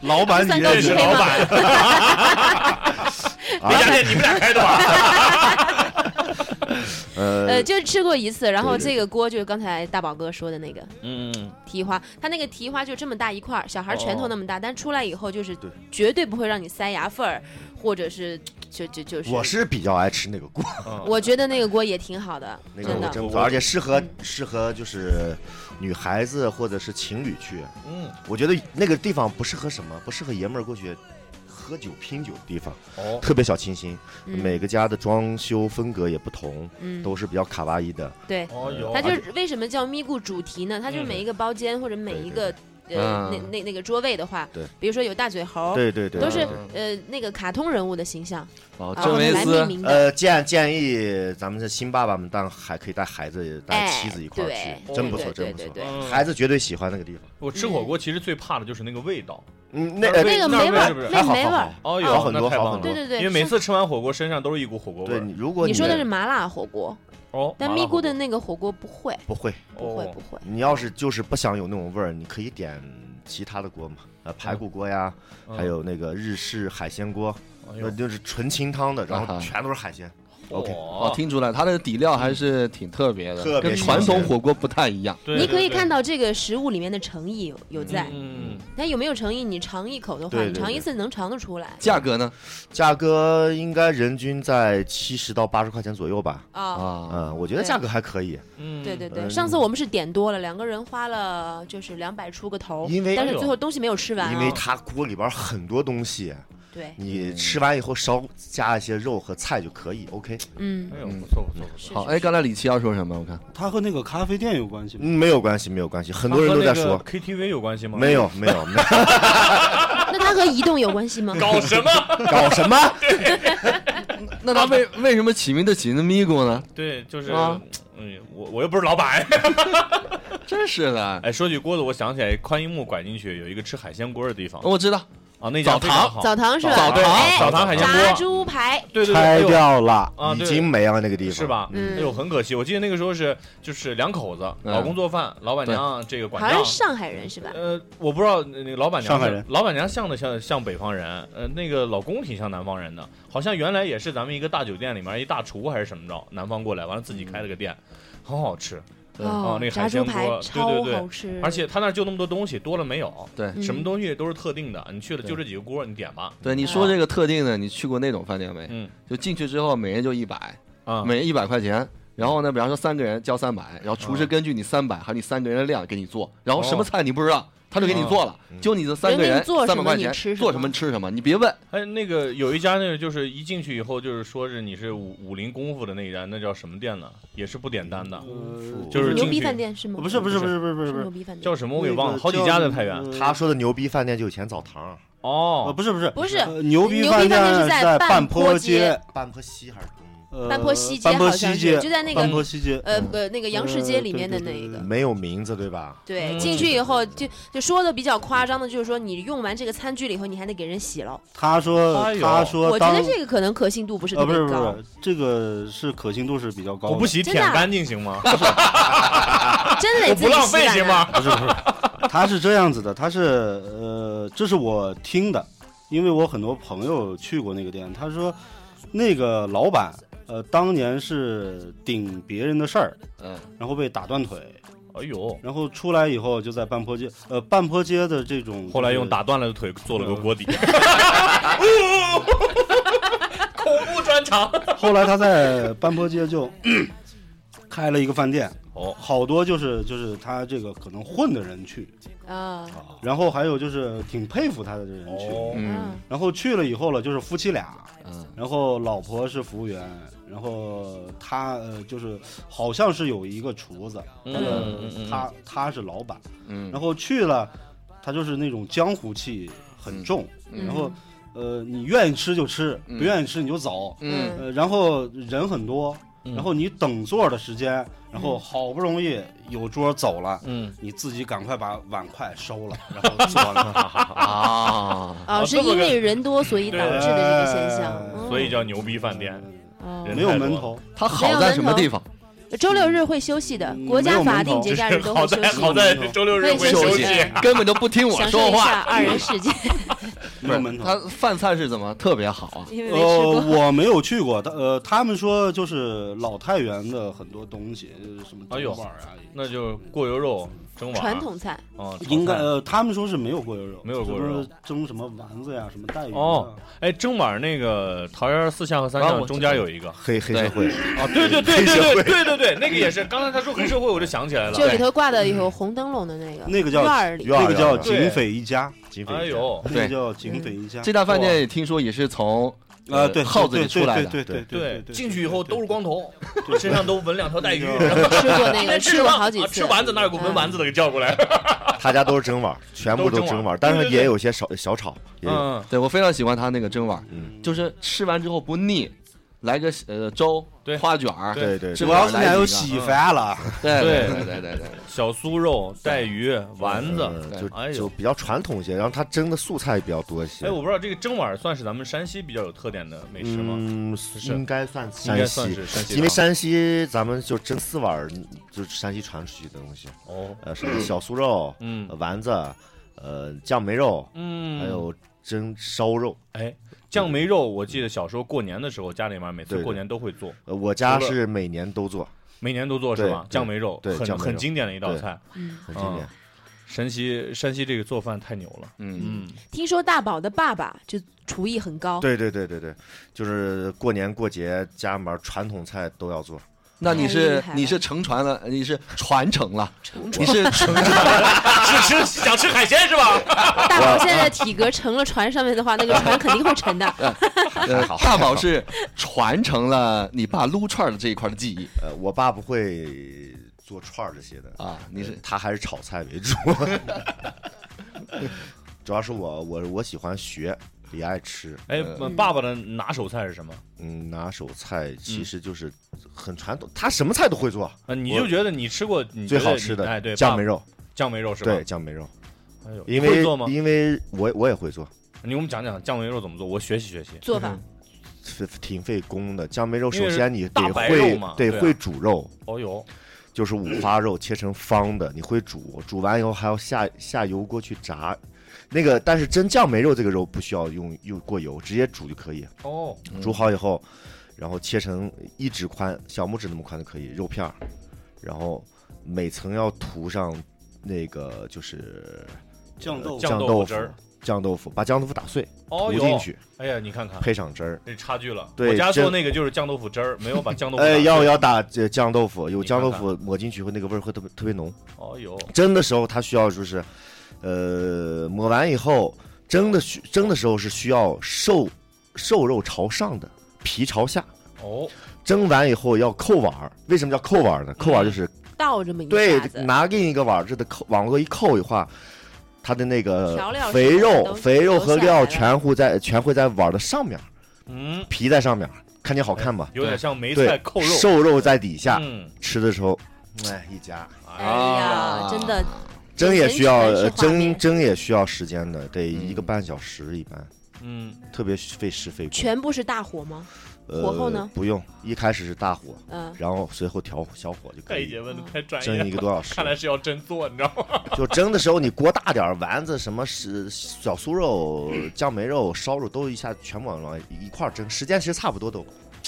[SPEAKER 7] 老
[SPEAKER 6] 哎
[SPEAKER 7] 板你
[SPEAKER 5] 三高
[SPEAKER 7] 认
[SPEAKER 5] 匹
[SPEAKER 7] 识
[SPEAKER 5] 配
[SPEAKER 7] 老
[SPEAKER 5] 吗
[SPEAKER 7] 板？？
[SPEAKER 4] 那家店你们俩开的吧？
[SPEAKER 5] 呃，
[SPEAKER 6] 呃，
[SPEAKER 5] 就吃过一次，然后
[SPEAKER 6] 对对
[SPEAKER 5] 这个锅就是刚才大宝哥说的那个
[SPEAKER 4] 嗯，
[SPEAKER 5] 蹄花，它那个蹄花就这么大一块儿，小孩拳头那么大，但出来以后就是
[SPEAKER 6] 哦对
[SPEAKER 5] 绝对不会让你塞牙缝儿，或者是就就就是。
[SPEAKER 6] 我是比较爱吃那个锅，
[SPEAKER 4] 嗯哦
[SPEAKER 5] 我觉得那个锅也挺好的，
[SPEAKER 6] 那个
[SPEAKER 5] 真
[SPEAKER 6] 我
[SPEAKER 5] 的。哦嗯
[SPEAKER 6] 真不
[SPEAKER 4] 我
[SPEAKER 6] 错，而且适合适合就是女孩子或者是情侣去。
[SPEAKER 4] 嗯，
[SPEAKER 6] 我觉得那个地方不适合什么，不适合爷们儿过去喝酒拼酒的地方，
[SPEAKER 4] 哦，
[SPEAKER 6] 特别小清新。
[SPEAKER 5] 嗯
[SPEAKER 6] 每个家的装修风格也不同，
[SPEAKER 5] 嗯，
[SPEAKER 6] 都是比较卡哇伊的。
[SPEAKER 5] 对，
[SPEAKER 4] 哦哟，
[SPEAKER 5] 它就是为什么叫咪咕主题呢？它就是
[SPEAKER 4] 嗯
[SPEAKER 5] 每一个包间或者每一个
[SPEAKER 3] 对
[SPEAKER 5] 呃那
[SPEAKER 3] 嗯
[SPEAKER 5] 那那个桌位的话
[SPEAKER 6] 对，
[SPEAKER 5] 比如说有大嘴猴，
[SPEAKER 6] 对对对，
[SPEAKER 5] 哦都是
[SPEAKER 6] 对
[SPEAKER 5] 呃那个卡通人物的形象，啊
[SPEAKER 3] 哦，
[SPEAKER 5] 然
[SPEAKER 3] 郑
[SPEAKER 5] 后
[SPEAKER 3] 维
[SPEAKER 5] 来
[SPEAKER 3] 斯
[SPEAKER 5] 命名的。
[SPEAKER 6] 呃，建建议咱们这新爸爸们，但还可以带孩子、带妻子一块儿
[SPEAKER 5] 哎
[SPEAKER 6] 去，
[SPEAKER 5] 对
[SPEAKER 6] 真不错，
[SPEAKER 5] 对
[SPEAKER 6] 真
[SPEAKER 5] 对
[SPEAKER 6] 不
[SPEAKER 5] 对
[SPEAKER 6] 错，
[SPEAKER 5] 对
[SPEAKER 4] 嗯
[SPEAKER 6] 孩子绝对喜欢那个地方。
[SPEAKER 4] 我吃火锅其实最怕的就是那个味道。
[SPEAKER 6] 嗯，那
[SPEAKER 4] 那
[SPEAKER 6] 呃
[SPEAKER 5] 那个
[SPEAKER 4] 那
[SPEAKER 5] 没
[SPEAKER 4] 儿
[SPEAKER 5] 味
[SPEAKER 4] 是
[SPEAKER 5] 儿
[SPEAKER 4] 不是，
[SPEAKER 5] 那
[SPEAKER 6] 还好
[SPEAKER 5] 没味
[SPEAKER 6] 还
[SPEAKER 5] 儿
[SPEAKER 6] 好。
[SPEAKER 4] 哦
[SPEAKER 6] 好
[SPEAKER 4] 哟，
[SPEAKER 6] 很
[SPEAKER 4] 那
[SPEAKER 6] 多
[SPEAKER 4] 太
[SPEAKER 6] 好
[SPEAKER 4] 棒
[SPEAKER 6] 很
[SPEAKER 4] 了
[SPEAKER 5] 对。对对，
[SPEAKER 4] 因为每
[SPEAKER 5] 上
[SPEAKER 4] 次吃完火锅，身上都是一股火锅味
[SPEAKER 6] 对，
[SPEAKER 4] 儿。
[SPEAKER 6] 你如果
[SPEAKER 5] 你说的是麻辣火锅，
[SPEAKER 4] 哦，
[SPEAKER 5] 但
[SPEAKER 4] 麻
[SPEAKER 5] 咪
[SPEAKER 4] 辣
[SPEAKER 5] 咕
[SPEAKER 4] 火
[SPEAKER 5] 的
[SPEAKER 4] 锅
[SPEAKER 5] 那个火锅不会，
[SPEAKER 6] 不会，
[SPEAKER 5] 不会
[SPEAKER 4] 哦
[SPEAKER 5] 不会。
[SPEAKER 6] 你要是就是不想有那种味儿，你可以点其他的锅嘛，呃，排骨锅呀，
[SPEAKER 4] 嗯
[SPEAKER 6] 还有那个日式海鲜锅，
[SPEAKER 4] 哎
[SPEAKER 6] 那
[SPEAKER 4] 呦，
[SPEAKER 6] 就是纯清汤的，然
[SPEAKER 3] 啊哈
[SPEAKER 6] 后全都是海鲜。OK，
[SPEAKER 3] 哦，
[SPEAKER 4] 哦，
[SPEAKER 3] 听出来它的底料还是挺特别的，
[SPEAKER 6] 嗯特别
[SPEAKER 3] 跟
[SPEAKER 6] 新
[SPEAKER 3] 传统
[SPEAKER 6] 鲜
[SPEAKER 3] 火锅不太一样。
[SPEAKER 4] 对
[SPEAKER 5] 你可
[SPEAKER 4] 对
[SPEAKER 5] 以
[SPEAKER 4] 对
[SPEAKER 5] 看到这个食物里面的诚意有有在，
[SPEAKER 4] 嗯，
[SPEAKER 5] 但有没有诚意，你尝一口的话，
[SPEAKER 6] 对
[SPEAKER 5] 你
[SPEAKER 6] 对
[SPEAKER 5] 尝一
[SPEAKER 6] 对
[SPEAKER 5] 次能尝得出来
[SPEAKER 3] 价格呢？
[SPEAKER 6] 价格应该人均在七十到八十块钱左右吧。
[SPEAKER 5] 啊。
[SPEAKER 3] 啊，
[SPEAKER 6] 嗯，我觉得
[SPEAKER 5] 对
[SPEAKER 6] 价格还可以，
[SPEAKER 4] 嗯，
[SPEAKER 5] 对对对，
[SPEAKER 6] 嗯
[SPEAKER 5] 上次我们是点多了，两个人花了就是两百出个头，
[SPEAKER 6] 因为
[SPEAKER 5] 但是最后东西没有吃完
[SPEAKER 6] 因为
[SPEAKER 5] 啊。
[SPEAKER 6] 它锅里边很多东西，
[SPEAKER 5] 对，
[SPEAKER 6] 你吃完以后少加一些肉和菜就可以，OK，
[SPEAKER 5] 嗯
[SPEAKER 4] 哎，呦，不错不错不错。
[SPEAKER 5] 是
[SPEAKER 3] 好，
[SPEAKER 5] 是
[SPEAKER 3] 哎，刚才李琦要说什么？我看
[SPEAKER 7] 它和那个咖啡店有关系吗？
[SPEAKER 6] 嗯没有关系，没有关系，很多人都在说，
[SPEAKER 4] KTV 有关系吗？
[SPEAKER 6] 没有，没 有，哎没有，
[SPEAKER 5] 那它和移动有关系吗？
[SPEAKER 4] 搞什么？
[SPEAKER 6] 搞什么？
[SPEAKER 3] 那他为为什么起名的起那咪咕呢？
[SPEAKER 4] 对，就是
[SPEAKER 3] 啊，
[SPEAKER 4] 嗯，我我又不是老板。
[SPEAKER 3] 真是的，
[SPEAKER 4] 哎，说起锅子，我想起来宽银幕拐进去有一个吃海鲜锅的地方
[SPEAKER 3] 哦我知道
[SPEAKER 4] 啊，那家
[SPEAKER 3] 澡
[SPEAKER 4] 非
[SPEAKER 3] 堂
[SPEAKER 4] 常好，
[SPEAKER 5] 哦澡堂是吧？
[SPEAKER 4] 澡堂
[SPEAKER 5] 哎
[SPEAKER 4] 澡堂海鲜
[SPEAKER 5] 炸
[SPEAKER 4] 锅，
[SPEAKER 5] 猪排，
[SPEAKER 4] 对对对，哎
[SPEAKER 7] 拆
[SPEAKER 4] 呦
[SPEAKER 7] 掉了，
[SPEAKER 4] 啊，
[SPEAKER 6] 已
[SPEAKER 4] 对
[SPEAKER 6] 经没了那个地方，
[SPEAKER 4] 是？吧？
[SPEAKER 5] 嗯
[SPEAKER 4] 哎呦，很可惜，我记得那个时候是就是两口子，
[SPEAKER 3] 嗯
[SPEAKER 4] 老公做饭，老板娘这个管
[SPEAKER 5] 好像
[SPEAKER 4] 账
[SPEAKER 5] 是。上海人是吧？
[SPEAKER 4] 呃，我不知道那个老板娘是
[SPEAKER 7] 上海人
[SPEAKER 4] 老板娘像的像像北方人，呃，那个老公挺像南方人的，好像原来也是咱们一个大酒店里面一大厨还是什么着，南方过来，完了自己开了个店，很好吃，
[SPEAKER 3] 对
[SPEAKER 4] 哦那个
[SPEAKER 5] 炸
[SPEAKER 4] 海鲜
[SPEAKER 5] 猪
[SPEAKER 4] 锅
[SPEAKER 5] 排
[SPEAKER 4] 对对
[SPEAKER 5] 超
[SPEAKER 4] 对
[SPEAKER 5] 好吃，
[SPEAKER 4] 而且他那儿就那么多东西，多了没有，
[SPEAKER 3] 对
[SPEAKER 5] 嗯
[SPEAKER 4] 什么东西都是特定的，你去了就这几个锅，你点吧，
[SPEAKER 3] 对，你
[SPEAKER 5] 啊
[SPEAKER 3] 说这个特定的，你去过那种饭店没？
[SPEAKER 4] 嗯
[SPEAKER 3] 就进去之后，每人就一百，
[SPEAKER 4] 啊，
[SPEAKER 3] 每人一百块钱。然后呢，比方说三个人交三百，然后厨师根据你三百还有你三个人的量给你做，然后什么菜你不知道，他就给你做了，就你这三个
[SPEAKER 5] 人给
[SPEAKER 3] 人
[SPEAKER 5] 你做
[SPEAKER 3] 三百
[SPEAKER 5] 什么
[SPEAKER 3] 块
[SPEAKER 5] 你
[SPEAKER 3] 钱
[SPEAKER 5] 吃什
[SPEAKER 3] 做
[SPEAKER 5] 么
[SPEAKER 3] 什么吃什么，你别问。
[SPEAKER 4] 哎，那个有一家那个就是一进去以后就是说是你是武武林功夫的那一家，那叫什么店呢？也是不点单的，
[SPEAKER 7] 呃
[SPEAKER 4] 就是
[SPEAKER 5] 牛
[SPEAKER 4] 进
[SPEAKER 5] 逼
[SPEAKER 4] 去
[SPEAKER 5] 饭店是吗？
[SPEAKER 7] 不是不是不是不是不是不
[SPEAKER 5] 牛
[SPEAKER 7] 是，
[SPEAKER 5] 逼饭店
[SPEAKER 4] 叫什么我给忘了，
[SPEAKER 7] 那个
[SPEAKER 4] 好几
[SPEAKER 7] 叫
[SPEAKER 4] 家在太原。
[SPEAKER 7] 呃
[SPEAKER 6] 他说的牛逼饭店就以前澡堂，
[SPEAKER 7] 呃
[SPEAKER 4] 哦，
[SPEAKER 7] 不是不是
[SPEAKER 5] 不是
[SPEAKER 7] 呃牛逼
[SPEAKER 5] 牛逼饭
[SPEAKER 7] 饭
[SPEAKER 5] 店是在
[SPEAKER 7] 在
[SPEAKER 5] 半坡
[SPEAKER 7] 坡
[SPEAKER 5] 街，
[SPEAKER 6] 半坡西还是东？
[SPEAKER 7] 呃
[SPEAKER 5] 半坡西街
[SPEAKER 7] 半坡
[SPEAKER 5] 好像是
[SPEAKER 7] 西街
[SPEAKER 5] 就在那个
[SPEAKER 7] 半坡西街，
[SPEAKER 5] 呃呃那个杨市街
[SPEAKER 7] 呃
[SPEAKER 5] 里
[SPEAKER 7] 对
[SPEAKER 5] 面的
[SPEAKER 7] 对
[SPEAKER 5] 那
[SPEAKER 7] 对
[SPEAKER 5] 一个
[SPEAKER 7] 对。
[SPEAKER 6] 没有名字对吧？
[SPEAKER 5] 对，
[SPEAKER 4] 嗯
[SPEAKER 5] 进去以后就就说的比较夸张的，就是说你用完这个餐具了以后，你还得给人洗了。
[SPEAKER 7] 他说
[SPEAKER 4] 哎呦
[SPEAKER 7] 他说
[SPEAKER 5] 我觉
[SPEAKER 7] 当
[SPEAKER 5] 得这个可能可信度不是特
[SPEAKER 7] 呃不
[SPEAKER 5] 别
[SPEAKER 7] 是不是
[SPEAKER 5] 高
[SPEAKER 7] 不，是这个是可信度是比较高的，
[SPEAKER 4] 我不洗
[SPEAKER 5] 真
[SPEAKER 4] 舔
[SPEAKER 5] 的啊
[SPEAKER 4] 干净行吗？
[SPEAKER 5] 真 的
[SPEAKER 4] 我
[SPEAKER 5] 得自
[SPEAKER 4] 不
[SPEAKER 5] 己
[SPEAKER 4] 浪
[SPEAKER 5] 洗
[SPEAKER 4] 费
[SPEAKER 5] 碗
[SPEAKER 4] 行
[SPEAKER 5] 啊？
[SPEAKER 4] 吗？
[SPEAKER 7] 不是不是，他是 这样子的，他是呃，这是我听的，因为我很多朋友去过那个店，他说那个老板呃当年是顶别人的事儿，
[SPEAKER 3] 嗯，
[SPEAKER 7] 然后被打断腿，
[SPEAKER 4] 哎呦，
[SPEAKER 7] 然后出来以后就在半坡街呃半坡街的这种，
[SPEAKER 4] 后来用打断了的腿做了个锅底。 恐怖专场。
[SPEAKER 7] 后来他在半坡街就 开了一个饭店，
[SPEAKER 4] 哦，
[SPEAKER 7] 好多就是就是他这个可能混的人去，
[SPEAKER 5] 啊，
[SPEAKER 4] 哦
[SPEAKER 7] 然后还有就是挺佩服他的人去，
[SPEAKER 3] 嗯
[SPEAKER 7] 然后去了以后了就是夫妻俩。
[SPEAKER 3] 嗯，
[SPEAKER 7] 然后老婆是服务员，然后他呃就是好像是有一个厨子，
[SPEAKER 4] 嗯
[SPEAKER 7] 但
[SPEAKER 4] 嗯嗯
[SPEAKER 7] 是
[SPEAKER 4] 嗯
[SPEAKER 7] 他他是老板，
[SPEAKER 3] 嗯
[SPEAKER 7] 然后去了，他就是那种江湖气很重，
[SPEAKER 5] 嗯
[SPEAKER 7] 然后呃你愿意吃就吃，
[SPEAKER 3] 嗯
[SPEAKER 7] 不愿意吃你就走，
[SPEAKER 3] 嗯
[SPEAKER 7] 呃然后人很多，
[SPEAKER 4] 嗯
[SPEAKER 7] 然后你等座的时间，然后好不容易有桌走了，
[SPEAKER 4] 嗯，
[SPEAKER 7] 你自己赶快把碗筷收了，然后坐了，
[SPEAKER 3] 啊，
[SPEAKER 5] 啊，
[SPEAKER 4] 哦
[SPEAKER 5] 是
[SPEAKER 4] 这么
[SPEAKER 5] 因
[SPEAKER 4] 个
[SPEAKER 5] 为人多所以导致的这个现象，
[SPEAKER 7] 对
[SPEAKER 5] 嗯
[SPEAKER 4] 所以叫牛逼饭店。
[SPEAKER 5] 哦
[SPEAKER 4] 人
[SPEAKER 7] 没有门头，
[SPEAKER 3] 它好在什么地方？
[SPEAKER 5] 周六日会休息的，
[SPEAKER 7] 嗯
[SPEAKER 5] 国家
[SPEAKER 7] 没有
[SPEAKER 5] 法
[SPEAKER 7] 门
[SPEAKER 5] 定
[SPEAKER 7] 头
[SPEAKER 5] 节假日 都
[SPEAKER 4] 好
[SPEAKER 5] 会
[SPEAKER 4] 在
[SPEAKER 5] 休
[SPEAKER 4] 好
[SPEAKER 5] 息，
[SPEAKER 4] 在周六日
[SPEAKER 5] 可
[SPEAKER 4] 会
[SPEAKER 5] 以
[SPEAKER 4] 休
[SPEAKER 5] 休
[SPEAKER 4] 息。
[SPEAKER 5] 息
[SPEAKER 3] 根本就不听我
[SPEAKER 5] 享受
[SPEAKER 3] 说
[SPEAKER 5] 一下
[SPEAKER 3] 话。
[SPEAKER 5] 二人世界，
[SPEAKER 7] 没有门头。
[SPEAKER 3] 它饭菜是怎么特别好啊？
[SPEAKER 5] 因为没吃
[SPEAKER 7] 呃，
[SPEAKER 5] 过。
[SPEAKER 7] 我没有去过，他呃，他们说就是老太原的很多东西，呃什么
[SPEAKER 4] 哎呦
[SPEAKER 7] 肘板儿啊，
[SPEAKER 4] 那就过油肉、蒸碗。
[SPEAKER 5] 传统菜，
[SPEAKER 4] 啊，
[SPEAKER 7] 应该
[SPEAKER 4] 炒菜
[SPEAKER 7] 呃，他们说是没有过油肉，
[SPEAKER 4] 没有过油肉，
[SPEAKER 7] 蒸什么丸子呀，什么带鱼啊
[SPEAKER 4] 哦，哎，蒸碗那个桃园四巷和三
[SPEAKER 3] 啊
[SPEAKER 4] 巷
[SPEAKER 3] 我
[SPEAKER 4] 中
[SPEAKER 3] 知道
[SPEAKER 4] 间有一个啊，
[SPEAKER 6] 黑黑社会，
[SPEAKER 4] 对对对对对对 对对，那个也是。刚才他说黑社会，我就想起来了
[SPEAKER 5] 就。里头挂的有红灯笼的那个，
[SPEAKER 7] 那个叫
[SPEAKER 5] 院儿里
[SPEAKER 6] 院
[SPEAKER 7] 那个叫
[SPEAKER 4] 对
[SPEAKER 7] 警匪一家，
[SPEAKER 6] 警匪
[SPEAKER 4] 哎呦，
[SPEAKER 7] 那个叫警匪一家
[SPEAKER 3] 这，家饭店也听说也是从
[SPEAKER 7] 啊，对，
[SPEAKER 3] 耗子里
[SPEAKER 7] 对对
[SPEAKER 3] 出来的，
[SPEAKER 7] 对对
[SPEAKER 4] 对
[SPEAKER 7] 对，，
[SPEAKER 4] 进去以后都是光头，
[SPEAKER 7] 对
[SPEAKER 4] 身上都纹两条带鱼。
[SPEAKER 7] 对
[SPEAKER 4] 然后
[SPEAKER 5] 吃过 那个，
[SPEAKER 4] 哎
[SPEAKER 5] 吃过好几
[SPEAKER 4] 啊吃
[SPEAKER 5] 次。嗯
[SPEAKER 4] 丸子那儿有个纹丸子的给叫过来。
[SPEAKER 6] 他家都是蒸碗，全部
[SPEAKER 4] 都是
[SPEAKER 6] 蒸
[SPEAKER 4] 蒸碗
[SPEAKER 6] 碗，但
[SPEAKER 4] 对
[SPEAKER 6] 是
[SPEAKER 4] 对对
[SPEAKER 6] 也有些小小炒，也有。
[SPEAKER 4] 嗯，
[SPEAKER 3] 对我非常喜欢他那个蒸碗，
[SPEAKER 6] 嗯
[SPEAKER 3] 就是吃完之后不腻，来个呃粥
[SPEAKER 4] 对、
[SPEAKER 3] 花卷儿，
[SPEAKER 6] 对对，
[SPEAKER 3] 这
[SPEAKER 7] 主要是奶油洗饭了，
[SPEAKER 3] 对对
[SPEAKER 4] 对
[SPEAKER 3] 对对对对，
[SPEAKER 4] 小酥肉、带鱼、丸子。
[SPEAKER 6] 嗯
[SPEAKER 3] 对
[SPEAKER 4] 哎呦
[SPEAKER 6] 就就比较传统一些，然后它蒸的素菜比较多一些。
[SPEAKER 4] 哎，我不知道这个蒸碗算是咱们山西比较有特点的美食吗？
[SPEAKER 6] 嗯，
[SPEAKER 4] 是
[SPEAKER 6] 应该算
[SPEAKER 4] 应该
[SPEAKER 6] 山
[SPEAKER 4] 算
[SPEAKER 6] 西
[SPEAKER 4] 是，山西的啊，
[SPEAKER 6] 因为山西咱们就蒸四碗儿，就是山西传出去的东西，
[SPEAKER 4] 哦，
[SPEAKER 6] 呃，什么小酥肉、
[SPEAKER 4] 嗯
[SPEAKER 6] 呃丸子、呃酱梅肉，
[SPEAKER 4] 嗯，
[SPEAKER 6] 还有蒸烧肉。
[SPEAKER 4] 哎，酱梅肉，我记得小时候过年的时候，家里面每次
[SPEAKER 6] 对
[SPEAKER 4] 过年都会做，
[SPEAKER 6] 呃，我家
[SPEAKER 4] 除了
[SPEAKER 6] 是每年都做，
[SPEAKER 4] 每年都做是
[SPEAKER 6] 对
[SPEAKER 4] 吧？
[SPEAKER 6] 对
[SPEAKER 4] 酱梅肉，
[SPEAKER 6] 对
[SPEAKER 4] 很
[SPEAKER 6] 酱梅肉
[SPEAKER 4] 很经典的一道
[SPEAKER 6] 对
[SPEAKER 4] 菜。
[SPEAKER 5] 嗯，
[SPEAKER 6] 很经典
[SPEAKER 4] 啊。山西山西这个做饭太牛了，
[SPEAKER 3] 嗯，
[SPEAKER 4] 嗯，
[SPEAKER 5] 听说大宝的爸爸就厨艺很高，
[SPEAKER 6] 对对对对对，就是过年过节家里面传统菜都要做。
[SPEAKER 3] 那你
[SPEAKER 5] 太厉
[SPEAKER 3] 是
[SPEAKER 5] 害了
[SPEAKER 3] 你是承传了，你是传承了，
[SPEAKER 5] 成
[SPEAKER 3] 你是承
[SPEAKER 4] 是嗯 吃想吃海鲜是吧？
[SPEAKER 5] 大宝现在体格成了船上面的话，那个船肯定会沉的。
[SPEAKER 3] 呃大宝是传承了你爸撸串儿的这一块的记忆
[SPEAKER 6] 呃，我爸不会做串儿这些的，
[SPEAKER 3] 啊，你是
[SPEAKER 6] 他还是炒菜为 主。主要是我我我喜欢学，也爱吃。
[SPEAKER 4] 哎
[SPEAKER 3] 嗯，
[SPEAKER 4] 我爸爸的拿手菜是什么？
[SPEAKER 6] 嗯，拿手菜其实就是很传统，他什么菜都会做，
[SPEAKER 4] 啊，你就觉得你吃过你觉
[SPEAKER 6] 最
[SPEAKER 4] 得
[SPEAKER 6] 好
[SPEAKER 4] 你
[SPEAKER 6] 吃
[SPEAKER 4] 哎，
[SPEAKER 6] 的
[SPEAKER 4] 对，
[SPEAKER 6] 酱梅
[SPEAKER 4] 肉，
[SPEAKER 6] 肉，
[SPEAKER 4] 酱梅肉是吧？
[SPEAKER 6] 对，酱梅肉，
[SPEAKER 4] 哎呦，
[SPEAKER 6] 因
[SPEAKER 4] 你会
[SPEAKER 6] 为
[SPEAKER 4] 做吗？
[SPEAKER 6] 因为我我也会做，
[SPEAKER 4] 你给我们讲讲酱梅肉怎么做，我学习学习。
[SPEAKER 5] 做法，
[SPEAKER 6] 是挺费工的。酱梅肉
[SPEAKER 4] 因为
[SPEAKER 6] 首
[SPEAKER 4] 是
[SPEAKER 6] 先你
[SPEAKER 4] 大
[SPEAKER 6] 得
[SPEAKER 4] 白
[SPEAKER 6] 会
[SPEAKER 4] 肉嘛
[SPEAKER 6] 得
[SPEAKER 4] 对啊
[SPEAKER 6] 会煮肉，
[SPEAKER 4] 哦哟，
[SPEAKER 6] 就是五花肉切成方的，你会煮，煮完以后还要下下油锅去炸。那个，但是真酱梅肉这个肉不需要用用过油，直接煮就可以。
[SPEAKER 4] 哦，
[SPEAKER 6] 煮好以后，然后切成一指宽，小拇指那么宽就可以肉片儿，然后每层要涂上那个就是
[SPEAKER 7] 酱豆
[SPEAKER 4] 酱
[SPEAKER 6] 酱
[SPEAKER 4] 豆
[SPEAKER 6] 豆
[SPEAKER 4] 腐
[SPEAKER 6] 腐
[SPEAKER 4] 汁儿
[SPEAKER 6] 酱豆腐，把酱豆腐打碎
[SPEAKER 4] 哦
[SPEAKER 6] 涂
[SPEAKER 4] 哟，
[SPEAKER 6] 进去，
[SPEAKER 4] 哎呀，你看看
[SPEAKER 6] 配上汁儿。
[SPEAKER 4] 这差距了。
[SPEAKER 6] 对
[SPEAKER 4] 我家做
[SPEAKER 6] 真
[SPEAKER 4] 那个就是酱豆腐汁儿，没有把酱豆腐。
[SPEAKER 6] 哎，要。要打呃酱豆腐，有
[SPEAKER 4] 你
[SPEAKER 6] 酱
[SPEAKER 4] 看
[SPEAKER 6] 豆
[SPEAKER 4] 看
[SPEAKER 6] 腐抹进去会那个味儿会特别特别浓。
[SPEAKER 4] 哦哟，
[SPEAKER 6] 蒸的时候它需要就是，呃，抹完以后蒸的需蒸的时候是需要瘦瘦肉朝上的，皮朝下。
[SPEAKER 4] 哦，
[SPEAKER 6] 蒸完以后要扣碗儿，为什么叫扣碗儿呢？扣
[SPEAKER 4] 嗯
[SPEAKER 6] 碗儿就是
[SPEAKER 5] 倒这么一
[SPEAKER 6] 对
[SPEAKER 5] 下，子，
[SPEAKER 6] 拿另一个碗儿，这的扣往过一扣的话，它的那个
[SPEAKER 5] 调料
[SPEAKER 6] 肥
[SPEAKER 5] 什么的都
[SPEAKER 6] 肉、肥肉
[SPEAKER 5] 留下
[SPEAKER 6] 和
[SPEAKER 5] 来
[SPEAKER 6] 料
[SPEAKER 5] 了
[SPEAKER 6] 全会在全会在碗儿的上面儿，
[SPEAKER 4] 嗯，
[SPEAKER 6] 皮在上面儿，看你好看吧？
[SPEAKER 4] 有点像梅菜
[SPEAKER 6] 对
[SPEAKER 4] 嗯扣，肉。
[SPEAKER 6] 瘦肉在底下，
[SPEAKER 4] 嗯，
[SPEAKER 6] 吃的时候，哎，一夹。
[SPEAKER 5] 哎呀，真的
[SPEAKER 6] 蒸也需要
[SPEAKER 5] 眼前全是
[SPEAKER 6] 呃
[SPEAKER 5] 画面
[SPEAKER 6] 蒸蒸也需要时间的，得
[SPEAKER 3] 嗯
[SPEAKER 6] 一个半小时一般，
[SPEAKER 4] 嗯，
[SPEAKER 6] 特别费时费工。
[SPEAKER 5] 全部是大火吗？
[SPEAKER 6] 呃
[SPEAKER 5] 火候呢？
[SPEAKER 6] 不用，一开始是大火，
[SPEAKER 5] 嗯，
[SPEAKER 6] 然后随后调小火就可
[SPEAKER 4] 盖
[SPEAKER 6] 以
[SPEAKER 4] 姐问的太专业
[SPEAKER 6] 蒸一个
[SPEAKER 4] 了，
[SPEAKER 6] 多小时。
[SPEAKER 4] 看来是要真做，你知道吗？
[SPEAKER 6] 就蒸的时候你锅大点儿，丸子什么是小酥肉、酱梅肉、烧肉都一下全部往往一块儿蒸，时间其实差不多都。
[SPEAKER 5] 哦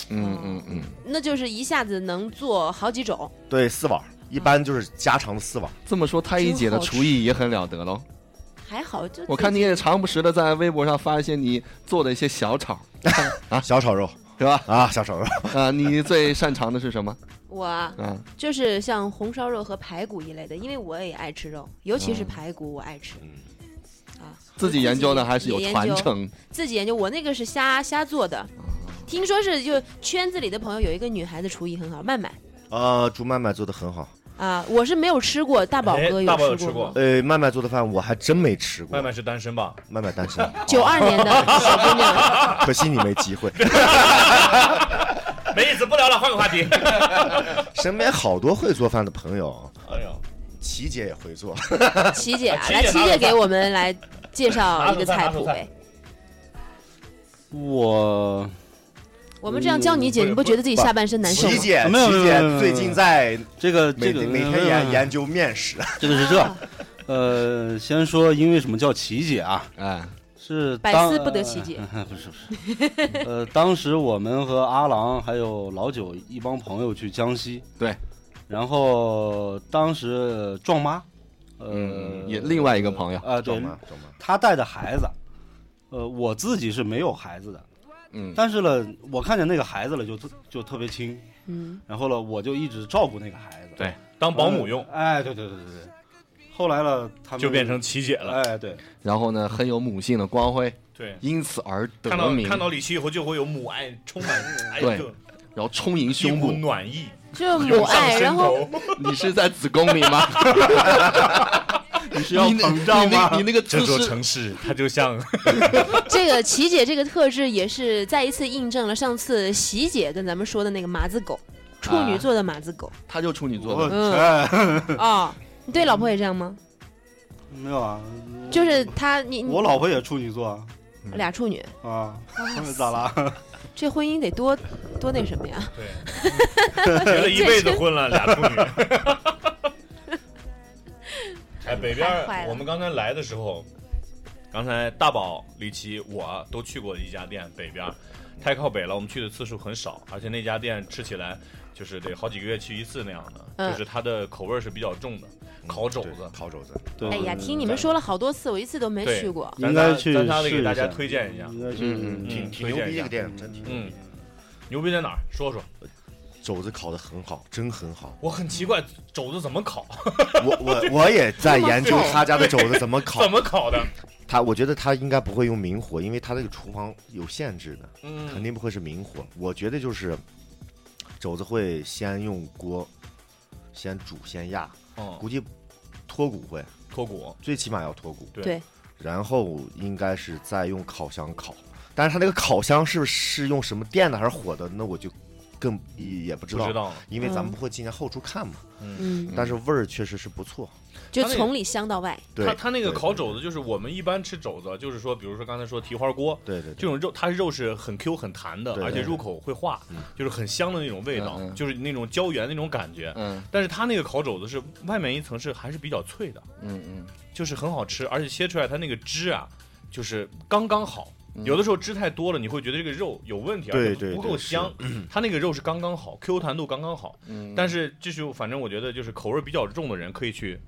[SPEAKER 3] 嗯嗯嗯，
[SPEAKER 5] 那就是一下子能做好几种，
[SPEAKER 6] 对，四碗儿，一般就是家常的四碗儿。
[SPEAKER 3] 这么说太医姐的
[SPEAKER 5] 真好吃
[SPEAKER 3] 厨艺也很了得 喽。
[SPEAKER 5] 还好就
[SPEAKER 3] 我看你也常不时的在微博上发一些你做的一些小炒，
[SPEAKER 7] 啊
[SPEAKER 6] 小炒肉
[SPEAKER 3] 是吧？
[SPEAKER 6] 啊，小炒肉，
[SPEAKER 3] 啊，你最擅长的是什么？
[SPEAKER 5] 我啊
[SPEAKER 3] 啊，
[SPEAKER 5] 就是像红烧肉和排骨一类的，因为我也爱吃肉，尤其是排骨，我爱吃。
[SPEAKER 6] 嗯
[SPEAKER 5] 啊，
[SPEAKER 3] 嗯自己研究的还是有
[SPEAKER 5] 也研
[SPEAKER 3] 传
[SPEAKER 5] 究
[SPEAKER 3] 承？哦
[SPEAKER 5] 自己研究，我那个是瞎瞎做的。听说是就圈子里的朋友有一个女孩子厨艺很好，曼曼
[SPEAKER 6] 啊，猪曼曼做的很好。
[SPEAKER 5] 啊，我是没有吃过，大宝
[SPEAKER 4] 哎
[SPEAKER 5] 哥
[SPEAKER 4] 大宝有
[SPEAKER 5] 有
[SPEAKER 4] 吃过
[SPEAKER 5] 过吗？
[SPEAKER 6] 呃，曼曼做的饭我还真没吃过。
[SPEAKER 4] 麦麦是单身吧？
[SPEAKER 6] 曼曼单身，
[SPEAKER 5] 九二年的小姑娘，
[SPEAKER 6] 可惜你没机会。
[SPEAKER 4] 没意思，不聊了，换个话 题。
[SPEAKER 6] 身边好多会做饭的朋友，
[SPEAKER 4] 哎呦，
[SPEAKER 6] 琪姐也会做。
[SPEAKER 5] 琪姐啊，
[SPEAKER 4] 琪姐
[SPEAKER 5] 来
[SPEAKER 4] 拿
[SPEAKER 5] 琪
[SPEAKER 4] 手
[SPEAKER 5] 姐
[SPEAKER 4] 菜
[SPEAKER 5] 给我们来介
[SPEAKER 4] 拿
[SPEAKER 5] 绍一
[SPEAKER 4] 手
[SPEAKER 5] 个
[SPEAKER 4] 菜
[SPEAKER 5] 菜
[SPEAKER 4] 拿手
[SPEAKER 5] 谱
[SPEAKER 4] 菜
[SPEAKER 5] 呗。
[SPEAKER 7] 我
[SPEAKER 5] 我们这样教你姐，你不觉得自己下半身难受
[SPEAKER 6] 琪
[SPEAKER 3] 嗯
[SPEAKER 5] 吗？
[SPEAKER 6] 姐，
[SPEAKER 7] 啊没有
[SPEAKER 6] 琪
[SPEAKER 7] 没有没
[SPEAKER 6] 姐
[SPEAKER 7] 有
[SPEAKER 6] 最近在
[SPEAKER 7] 这个这
[SPEAKER 6] 每
[SPEAKER 7] 个嗯
[SPEAKER 6] 每天研研究面食。
[SPEAKER 7] 这个是这，呃，先说因为什么叫琪姐啊？
[SPEAKER 3] 哎，
[SPEAKER 7] 是
[SPEAKER 5] 百
[SPEAKER 7] 当
[SPEAKER 5] 思不得其解。
[SPEAKER 7] 呃 不是不是， 呃，当时我们和阿郎还有老九一帮朋友去江西，
[SPEAKER 3] 对，
[SPEAKER 7] 然后当时呃壮妈，呃，
[SPEAKER 3] 嗯也另外一个朋友
[SPEAKER 7] 啊、对
[SPEAKER 6] 懂，吗？懂吗？
[SPEAKER 7] 他带的孩子，呃，我自己是没有孩子的，
[SPEAKER 3] 嗯，
[SPEAKER 7] 但是呢，我看见那个孩子了就特就特别亲，
[SPEAKER 5] 嗯，
[SPEAKER 7] 然后呢，我就一直照顾那个孩子，
[SPEAKER 3] 对
[SPEAKER 4] 当保姆用
[SPEAKER 7] 呃哎，对对对对对，后来了他们
[SPEAKER 4] 就变成琪姐了。
[SPEAKER 7] 哎对，
[SPEAKER 3] 然后呢，很有母性的光辉，
[SPEAKER 4] 对，
[SPEAKER 3] 因此而得
[SPEAKER 4] 看到
[SPEAKER 3] 名，
[SPEAKER 4] 看到李琦以后就会有母爱充 满，哎，
[SPEAKER 3] 对
[SPEAKER 4] 就
[SPEAKER 3] 然后充盈
[SPEAKER 4] 一
[SPEAKER 3] 胸
[SPEAKER 4] 股
[SPEAKER 3] 部。
[SPEAKER 4] 暖意
[SPEAKER 5] 就母
[SPEAKER 4] 涌上
[SPEAKER 5] 爱，
[SPEAKER 4] 心
[SPEAKER 5] 然后
[SPEAKER 4] 头。
[SPEAKER 3] 你是在子宫里吗？
[SPEAKER 7] 你是
[SPEAKER 3] 你
[SPEAKER 7] 要
[SPEAKER 3] 那
[SPEAKER 7] 膨胀
[SPEAKER 3] 你那
[SPEAKER 7] 吗？
[SPEAKER 3] 你那个
[SPEAKER 4] 这
[SPEAKER 3] 姿
[SPEAKER 4] 座
[SPEAKER 3] 势，
[SPEAKER 4] 城市，它就像
[SPEAKER 5] 这个琪姐这个特质也是再一次印证了上次喜姐跟咱们说的那个马子狗，处女座的马子狗
[SPEAKER 3] 他就处女座
[SPEAKER 7] 我哎
[SPEAKER 3] 的，
[SPEAKER 5] 嗯
[SPEAKER 7] 去，
[SPEAKER 5] 啊。你对老婆也这样吗？
[SPEAKER 7] 没有啊，
[SPEAKER 5] 就是她，你你
[SPEAKER 7] 我老婆也处女座啊
[SPEAKER 5] 俩处女，
[SPEAKER 7] 啊，
[SPEAKER 5] 嗯
[SPEAKER 7] 咋啦？
[SPEAKER 5] 这婚姻得多多那什么 呀？
[SPEAKER 4] 对，结 了一辈子婚了，俩处女。 哎，北边
[SPEAKER 5] 太坏
[SPEAKER 4] 儿
[SPEAKER 5] 了
[SPEAKER 4] 我们刚才来的时候，刚才大宝、李琦我都去过一家店，北边儿太靠北了，我们去的次数很少，而且那家店吃起来就是得好几个月去一次那样的，
[SPEAKER 5] 嗯
[SPEAKER 4] 就是它的口味儿是比较重的，烤肘子
[SPEAKER 6] 对。烤肘子。
[SPEAKER 7] 对
[SPEAKER 5] 哎呀，听你们说了好多次，我一次都没
[SPEAKER 4] 对
[SPEAKER 5] 去过。
[SPEAKER 4] 咱
[SPEAKER 7] 应该
[SPEAKER 4] 仨
[SPEAKER 7] 去
[SPEAKER 4] 咱仨得
[SPEAKER 7] 试
[SPEAKER 4] 给
[SPEAKER 7] 一
[SPEAKER 4] 大家
[SPEAKER 7] 下
[SPEAKER 4] 推荐一下，
[SPEAKER 7] 应该
[SPEAKER 3] 嗯
[SPEAKER 7] 是
[SPEAKER 4] 嗯
[SPEAKER 6] 挺
[SPEAKER 4] 推
[SPEAKER 6] 牛
[SPEAKER 4] 荐一
[SPEAKER 6] 逼
[SPEAKER 4] 下
[SPEAKER 6] 这个店，真挺牛
[SPEAKER 4] 嗯
[SPEAKER 6] 逼。
[SPEAKER 4] 牛逼在哪儿？说说，。
[SPEAKER 6] 肘子烤的很好，真很好
[SPEAKER 4] 我很奇怪肘子怎么烤，
[SPEAKER 6] 我我我也在研究他家的肘子怎么 烤
[SPEAKER 4] 怎。么烤的？
[SPEAKER 6] 他我觉得他应该不会用明火，因为他那个厨房有限制的，肯
[SPEAKER 4] 嗯，
[SPEAKER 6] 定不会是明火。我觉得就是肘子会先用锅先煮先压，
[SPEAKER 4] 哦，
[SPEAKER 6] 估计脱骨会，
[SPEAKER 4] 脱骨，
[SPEAKER 6] 最起码要脱骨。
[SPEAKER 4] 对
[SPEAKER 5] 对，
[SPEAKER 6] 然后应该是再用烤箱烤，但是他那个烤箱是不是用什么电的还是火的，那我就。更也不知
[SPEAKER 4] 不
[SPEAKER 6] 道，
[SPEAKER 4] 知道了，
[SPEAKER 6] 因为咱们
[SPEAKER 5] 嗯
[SPEAKER 6] 不会进行后厨看嘛。
[SPEAKER 4] 嗯。
[SPEAKER 5] 嗯，
[SPEAKER 6] 但是味儿确实是不错。
[SPEAKER 5] 就
[SPEAKER 4] 他那个
[SPEAKER 5] 从里香到外，
[SPEAKER 6] 对，
[SPEAKER 4] 他他那个
[SPEAKER 6] 对
[SPEAKER 4] 烤
[SPEAKER 6] 对
[SPEAKER 4] 肘子，就是我们一般吃肘子，就是说，比如说刚才说蹄花锅，
[SPEAKER 6] 对对对，
[SPEAKER 4] 这种肉，它肉是很 Q 很弹的，
[SPEAKER 6] 对
[SPEAKER 4] 而且
[SPEAKER 6] 对
[SPEAKER 4] 入口会化
[SPEAKER 6] 嗯，
[SPEAKER 4] 就是很香的那种味道
[SPEAKER 3] 嗯，嗯
[SPEAKER 4] 就是那种胶原那种感觉。
[SPEAKER 3] 嗯
[SPEAKER 4] 但是它那个烤肘子是外面一层是还是比较脆的，
[SPEAKER 3] 嗯嗯
[SPEAKER 4] 就是很好吃，而且切出来它那个汁啊，就是刚刚好。
[SPEAKER 3] 嗯
[SPEAKER 4] 有的时候汁太多了，你会觉得这个肉有问题，
[SPEAKER 6] 对
[SPEAKER 4] 而且
[SPEAKER 6] 对
[SPEAKER 4] 不
[SPEAKER 6] 对嗯
[SPEAKER 4] 够香。它那个肉是刚刚好，Q 弹度刚刚好。
[SPEAKER 3] 嗯，
[SPEAKER 4] 但是就是反正我觉得就是口味比较重的人可以去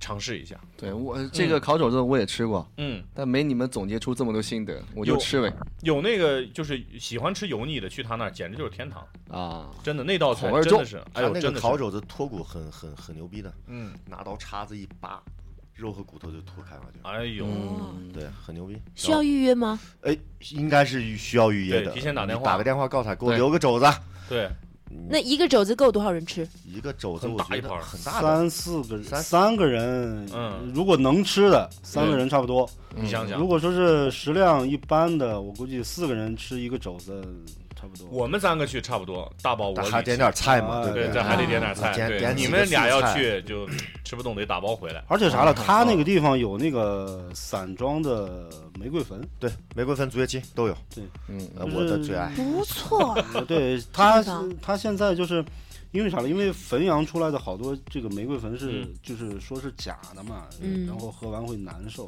[SPEAKER 4] 尝试一下。
[SPEAKER 3] 对我这个烤肘子我也吃过，
[SPEAKER 4] 嗯，
[SPEAKER 3] 但没你们总结出这么多心得，我就
[SPEAKER 4] 有
[SPEAKER 3] 吃呗
[SPEAKER 4] 有那个就是喜欢吃油腻的，去他那儿简直就是天堂，
[SPEAKER 3] 啊，
[SPEAKER 4] 真的那道菜
[SPEAKER 3] 口味
[SPEAKER 4] 真
[SPEAKER 3] 重
[SPEAKER 4] 的是，哎
[SPEAKER 6] 他
[SPEAKER 4] 呦，
[SPEAKER 6] 那
[SPEAKER 4] 真
[SPEAKER 6] 个
[SPEAKER 4] 的
[SPEAKER 6] 烤
[SPEAKER 4] 是，
[SPEAKER 6] 肘子脱骨很很很牛逼的，
[SPEAKER 4] 嗯，
[SPEAKER 6] 拿刀叉子一扒，肉和骨头就脱开了，就
[SPEAKER 4] 哎呦，
[SPEAKER 5] 哦，
[SPEAKER 6] 对，很牛逼。
[SPEAKER 5] 需要预约吗？
[SPEAKER 6] 哎，应该是需要预约
[SPEAKER 4] 对
[SPEAKER 6] 的，
[SPEAKER 4] 提前打
[SPEAKER 6] 你
[SPEAKER 4] 电话
[SPEAKER 6] 打个电话告诉他，给我
[SPEAKER 3] 对
[SPEAKER 6] 留个肘子。
[SPEAKER 4] 对，
[SPEAKER 5] 那一个肘子够多少人吃？
[SPEAKER 6] 一个肘子
[SPEAKER 4] 很
[SPEAKER 6] 我
[SPEAKER 4] 大
[SPEAKER 6] 觉
[SPEAKER 4] 一盘
[SPEAKER 6] 得
[SPEAKER 4] 儿
[SPEAKER 6] 很大的，
[SPEAKER 7] 三四个人，
[SPEAKER 6] 三
[SPEAKER 7] 三个人，
[SPEAKER 4] 嗯
[SPEAKER 7] 如果能吃的，三个人差不多。
[SPEAKER 4] 你想想
[SPEAKER 7] 如，果说是食量一般的，我估计四个人吃一个肘子差不多。
[SPEAKER 4] 我们三个去差不多，大宝我
[SPEAKER 6] 但还
[SPEAKER 4] 李
[SPEAKER 6] 点点菜嘛，
[SPEAKER 7] 啊
[SPEAKER 6] 对不
[SPEAKER 4] 对，
[SPEAKER 6] 对？
[SPEAKER 4] 这还得点点
[SPEAKER 6] 啊
[SPEAKER 4] 菜，
[SPEAKER 6] 点
[SPEAKER 4] 对，
[SPEAKER 6] 点几
[SPEAKER 4] 你
[SPEAKER 6] 个
[SPEAKER 4] 们俩
[SPEAKER 6] 素
[SPEAKER 4] 要
[SPEAKER 6] 菜
[SPEAKER 4] 去 就吃不动得打包回来。
[SPEAKER 7] 而且啥了，他那个地方有那个散装的玫瑰 坟，
[SPEAKER 6] 对，玫瑰粉、竹叶青都有，
[SPEAKER 3] 嗯
[SPEAKER 6] 呃
[SPEAKER 7] 就是
[SPEAKER 6] 我的最爱。
[SPEAKER 5] 不错啊，
[SPEAKER 7] 呃对他
[SPEAKER 5] 知道
[SPEAKER 7] 他现在就是因为啥了？因为汾阳出来的好多这个玫瑰坟是、
[SPEAKER 4] 嗯
[SPEAKER 7] 就是说是假的嘛，
[SPEAKER 5] 嗯
[SPEAKER 7] 然后喝完会难受。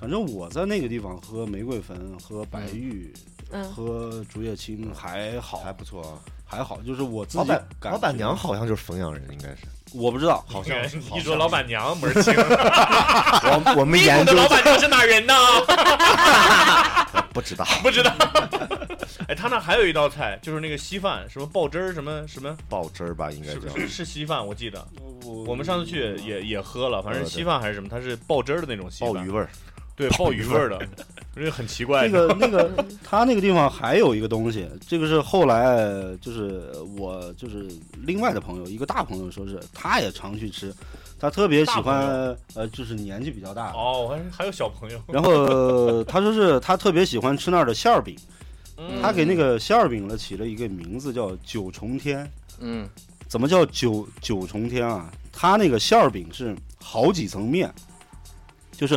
[SPEAKER 7] 反正我在那个地方喝玫瑰坟、喝白玉、
[SPEAKER 5] 嗯，
[SPEAKER 7] 喝竹叶青还好，
[SPEAKER 6] 还不错啊，
[SPEAKER 7] 还好，就是我自
[SPEAKER 6] 老
[SPEAKER 7] 己
[SPEAKER 6] 板
[SPEAKER 7] 感
[SPEAKER 6] 老板
[SPEAKER 7] 觉
[SPEAKER 6] 娘好像就是汾阳人，应该是。
[SPEAKER 7] 我不知道，
[SPEAKER 6] 好像是
[SPEAKER 4] 哎一说老板娘门儿清，
[SPEAKER 6] 我我们
[SPEAKER 4] 屁
[SPEAKER 6] 研
[SPEAKER 4] 股的
[SPEAKER 6] 究
[SPEAKER 4] 老板娘是哪人呢？
[SPEAKER 6] 不知道
[SPEAKER 4] 不知道。 哎，他那还有一道菜，就是那个稀饭，什么爆汁儿，什么什么，
[SPEAKER 6] 爆汁儿吧，应该
[SPEAKER 4] 是
[SPEAKER 6] 叫
[SPEAKER 4] 是是稀饭，我记得
[SPEAKER 7] 我
[SPEAKER 4] 我们上次去也也喝了，反正
[SPEAKER 6] 呃对
[SPEAKER 4] 稀饭还是什么，它是爆汁儿的那种稀
[SPEAKER 6] 鲍
[SPEAKER 4] 饭
[SPEAKER 6] 鱼，味儿。
[SPEAKER 4] 对，
[SPEAKER 6] 鲍
[SPEAKER 4] 鲍
[SPEAKER 6] 鱼
[SPEAKER 4] 鱼
[SPEAKER 6] 味
[SPEAKER 4] 味
[SPEAKER 6] 儿
[SPEAKER 4] 儿的，这个很奇怪。
[SPEAKER 7] 那 个那个，他那个地方还有一个东西，这个是后来就是我就是另外的朋友，一个大朋友说是他也常去吃，他特别喜
[SPEAKER 4] 大朋
[SPEAKER 7] 欢呃，就是年纪比较大，
[SPEAKER 4] 哦，我还还有小朋友，
[SPEAKER 7] 然后呃他说是他特别喜欢吃那儿的馅儿饼，
[SPEAKER 4] 嗯
[SPEAKER 7] 他给那个馅儿饼呢起了一个名字叫九重天，
[SPEAKER 3] 嗯
[SPEAKER 7] 怎么叫九九重天啊？他那个馅儿饼是好几层面，就是。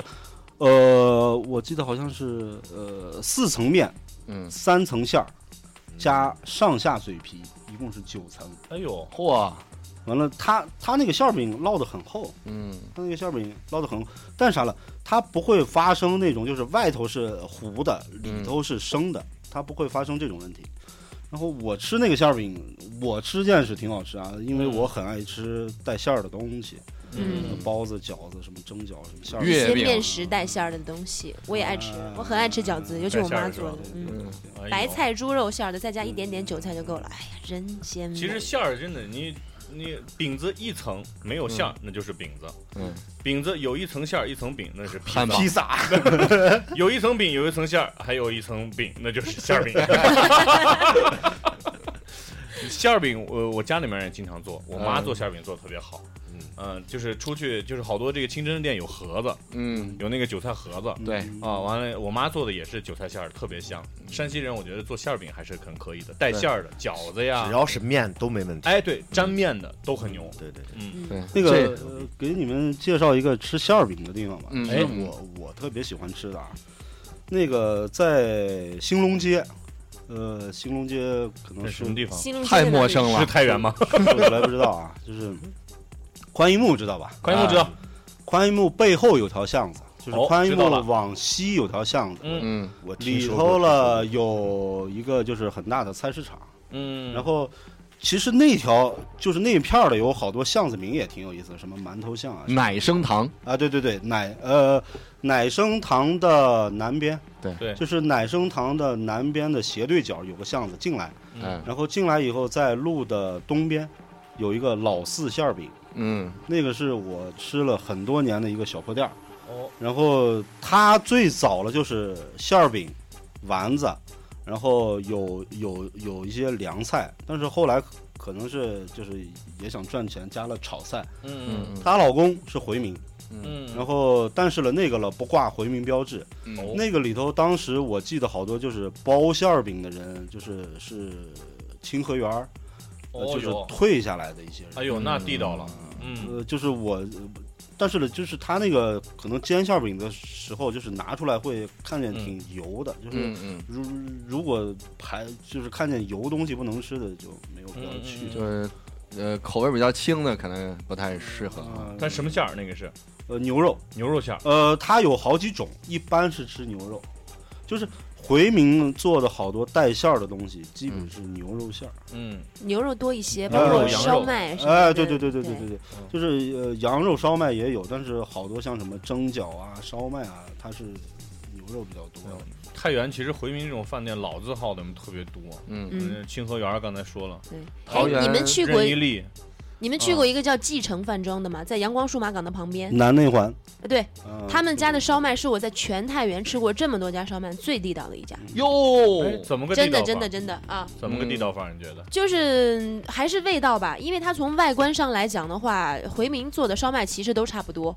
[SPEAKER 7] 呃，我记得好像是呃四层面，
[SPEAKER 3] 嗯，
[SPEAKER 7] 三层馅儿，加上下嘴皮，一共是九层。
[SPEAKER 4] 哎呦，
[SPEAKER 3] 嚯，
[SPEAKER 7] 完了，它它那个馅儿饼烙得很厚，
[SPEAKER 3] 嗯
[SPEAKER 7] 它那个馅儿饼烙得很厚，但啥了，它不会发生那种就是外头是糊的，里头是生的，它不会发生这种问题。然后我吃那个馅儿饼，我吃见是挺好吃啊，因为我很爱吃带馅儿的东西，
[SPEAKER 5] 嗯
[SPEAKER 7] 包子、饺子、什么蒸饺、什么馅儿
[SPEAKER 5] 一
[SPEAKER 3] 月
[SPEAKER 5] 些
[SPEAKER 3] 饼
[SPEAKER 5] 面食带馅儿的东西我也爱吃
[SPEAKER 7] 啊，
[SPEAKER 5] 我很爱吃饺子，尤其我妈做的
[SPEAKER 7] 对，对
[SPEAKER 5] 嗯，
[SPEAKER 7] 对
[SPEAKER 4] 哎呦
[SPEAKER 5] 白。菜猪肉馅儿的，再加一点点韭菜就够了。哎呀，人间美
[SPEAKER 4] 其实馅儿真的，你你饼子一层没有馅儿，那就是饼子；
[SPEAKER 3] 嗯，
[SPEAKER 4] 饼子有一层馅儿，一层饼，那是披
[SPEAKER 3] 汉堡
[SPEAKER 4] 萨；
[SPEAKER 6] 萨，
[SPEAKER 4] 有一层饼，有一层馅儿，还有一层饼，那就是馅儿饼。 馅儿饼，我我家里面也经常做，我妈
[SPEAKER 3] 嗯
[SPEAKER 4] 做馅儿饼做的特别好。
[SPEAKER 6] 嗯
[SPEAKER 4] 嗯，就是出去就是好多这个清真店有盒子，
[SPEAKER 3] 嗯
[SPEAKER 4] 有那个韭菜盒子，
[SPEAKER 7] 嗯
[SPEAKER 3] 对
[SPEAKER 4] 啊，完了，我妈做的也是韭菜馅儿，特别香。山西人我觉得做馅儿饼还是很可以的，带馅儿的饺子呀
[SPEAKER 6] 只，要是面都没问题。
[SPEAKER 4] 哎，对，沾面的都很牛。
[SPEAKER 6] 对对对，
[SPEAKER 4] 嗯，
[SPEAKER 3] 对
[SPEAKER 7] 那个、
[SPEAKER 3] 这
[SPEAKER 7] 呃给你们介绍一个吃馅儿饼的地方吧，
[SPEAKER 3] 嗯
[SPEAKER 7] 其实
[SPEAKER 3] 哎
[SPEAKER 7] 我我特别喜欢吃的啊。那个在兴隆街，呃，兴隆街可能
[SPEAKER 4] 这是
[SPEAKER 7] 嗯是
[SPEAKER 4] 什么地方？
[SPEAKER 5] 新路
[SPEAKER 3] 太陌生
[SPEAKER 4] 是
[SPEAKER 3] 了，
[SPEAKER 4] 太原吗？
[SPEAKER 7] 说出来不知道啊，就是宽一木知道吧？啊
[SPEAKER 4] 宽一木知道，
[SPEAKER 7] 宽一木背后有条巷子，就是
[SPEAKER 4] 哦
[SPEAKER 7] 宽一
[SPEAKER 4] 知
[SPEAKER 7] 木
[SPEAKER 4] 道了
[SPEAKER 7] 往西有条巷子，
[SPEAKER 4] 嗯
[SPEAKER 3] 嗯
[SPEAKER 6] 我听
[SPEAKER 7] 里
[SPEAKER 6] 说
[SPEAKER 7] 头
[SPEAKER 6] 过
[SPEAKER 7] 了，有一个就是很大的菜市场，
[SPEAKER 4] 嗯，
[SPEAKER 7] 然后。其实那条就是那片儿的有好多巷子名也挺有意思的，什么馒头巷
[SPEAKER 4] 嗯
[SPEAKER 7] 啊，
[SPEAKER 3] 奶生堂，
[SPEAKER 7] 啊，对对对，奶呃奶生堂的南边，
[SPEAKER 3] 对
[SPEAKER 4] 对
[SPEAKER 7] 就是奶生堂的南边的斜对角有个巷子进来，
[SPEAKER 4] 嗯
[SPEAKER 3] 嗯
[SPEAKER 7] 然后进来以后在路的东边有一个老四馅儿饼，
[SPEAKER 3] 嗯
[SPEAKER 7] 那个是我吃了很多年的一个小破店儿。
[SPEAKER 4] 哦，
[SPEAKER 7] 然后它最早了就是馅儿饼、丸子，然后有有有一些凉菜，但是后来可能是就是也想赚钱，加了炒菜。
[SPEAKER 4] 嗯
[SPEAKER 3] 嗯
[SPEAKER 7] 她老公是回民。
[SPEAKER 4] 嗯，
[SPEAKER 7] 然后但是了那个了不挂回民标志，
[SPEAKER 4] 哦
[SPEAKER 7] 那个里头当时我记得好多就是包馅儿饼的人，就是是清河园儿，呃
[SPEAKER 4] 哦
[SPEAKER 7] 就是
[SPEAKER 4] 哟，
[SPEAKER 7] 退下来的一些人。
[SPEAKER 4] 哎呦，那地道了，嗯，
[SPEAKER 7] 呃，就是我，但是呢，就是他那个可能煎馅儿饼的时候，就是拿出来会看见挺油的，就是
[SPEAKER 3] 嗯嗯，
[SPEAKER 7] 如如果排就是看见油东西不能吃的就没有必要
[SPEAKER 4] 嗯嗯
[SPEAKER 7] 去
[SPEAKER 4] 嗯。
[SPEAKER 3] 就是呃口味比较轻的可能不太适合啊。
[SPEAKER 7] 呃
[SPEAKER 4] 它什么馅儿？那个是
[SPEAKER 7] 呃牛肉，
[SPEAKER 4] 牛肉馅儿，
[SPEAKER 7] 呃，它有好几种，一般是吃牛肉，就是回民做的好多带馅儿的东西，基本是牛肉馅儿。
[SPEAKER 4] 嗯，
[SPEAKER 5] 牛肉多一些，
[SPEAKER 7] 牛
[SPEAKER 5] 包
[SPEAKER 7] 肉
[SPEAKER 5] 括
[SPEAKER 7] 羊肉
[SPEAKER 5] 烧麦什么的。
[SPEAKER 7] 哎，对对对对
[SPEAKER 5] 对
[SPEAKER 7] 对对对，就是呃，羊肉烧麦也有，但是好多像什么蒸饺啊、烧麦啊，它是牛肉比较多。
[SPEAKER 4] 嗯太原其实回民这种饭店老字号的特别多，
[SPEAKER 3] 嗯，
[SPEAKER 5] 嗯，
[SPEAKER 4] 嗯，清河园儿刚才说了，
[SPEAKER 5] 对。
[SPEAKER 3] 桃园
[SPEAKER 5] 哎，你们去过
[SPEAKER 4] 任啊一粒，
[SPEAKER 5] 你们去过一个叫继承饭庄的吗？在阳光数码港的旁边。
[SPEAKER 7] 南内环，
[SPEAKER 5] 对，
[SPEAKER 4] 嗯
[SPEAKER 7] 呃
[SPEAKER 5] 他们家的烧麦是我在全太原吃过这么多家烧麦最地道的一家，
[SPEAKER 4] 哎
[SPEAKER 3] 哟，
[SPEAKER 4] 怎么个地
[SPEAKER 5] 哦真
[SPEAKER 4] 道
[SPEAKER 5] 的
[SPEAKER 4] 法
[SPEAKER 5] 真的真的啊，
[SPEAKER 4] 怎么个地道法？你觉得？
[SPEAKER 5] 就是还是味道吧，因为它从外观上来讲的话，回民做的烧麦其实都差不多。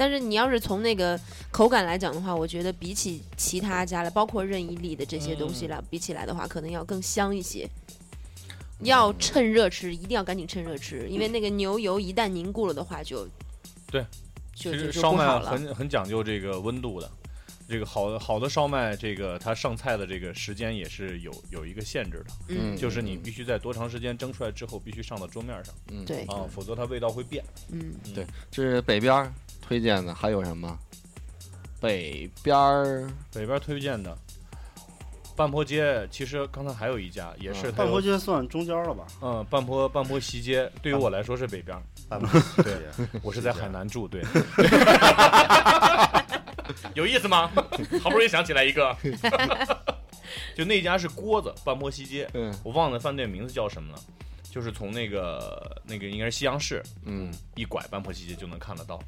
[SPEAKER 5] 但是你要是从那个口感来讲的话，我觉得比起其他家了，包括任意粒的这些东西了，比起来的话，可能要更香一些。要趁热吃，一定要赶紧趁热吃，因为那个牛油一旦凝固了的话就，
[SPEAKER 4] 对其
[SPEAKER 5] 就，就
[SPEAKER 4] 实
[SPEAKER 5] 就
[SPEAKER 4] 烧
[SPEAKER 5] 不
[SPEAKER 4] 麦啊
[SPEAKER 5] 好了。
[SPEAKER 4] 很很讲究这个温度的，这个好的好的烧麦，这个它上菜的这个时间也是有有一个限制的，
[SPEAKER 5] 嗯，
[SPEAKER 4] 就是你必须在多长时间蒸出来之后，必须上到桌面上
[SPEAKER 3] 嗯，
[SPEAKER 5] 对，
[SPEAKER 4] 啊，否则它味道会变。
[SPEAKER 5] 嗯，
[SPEAKER 3] 对，这是北边儿推荐的，还有什么？北边儿
[SPEAKER 4] 北边推荐的半坡街，其实刚才还有一家，也是它
[SPEAKER 7] 嗯半
[SPEAKER 4] 有
[SPEAKER 7] 坡街算中间了吧？
[SPEAKER 4] 嗯，半坡半坡西街，对于我来说是北边儿，
[SPEAKER 6] 办不起
[SPEAKER 4] 对
[SPEAKER 6] 这些
[SPEAKER 4] 我是在海南住，对。 有意思吗？好不容易想起来一个， 就那家是锅子，半坡西街，
[SPEAKER 3] 嗯
[SPEAKER 4] 我忘了饭店名字叫什么了，就是从那个那个应该是西洋市
[SPEAKER 3] 嗯，
[SPEAKER 4] 一拐半坡西街就能看得到，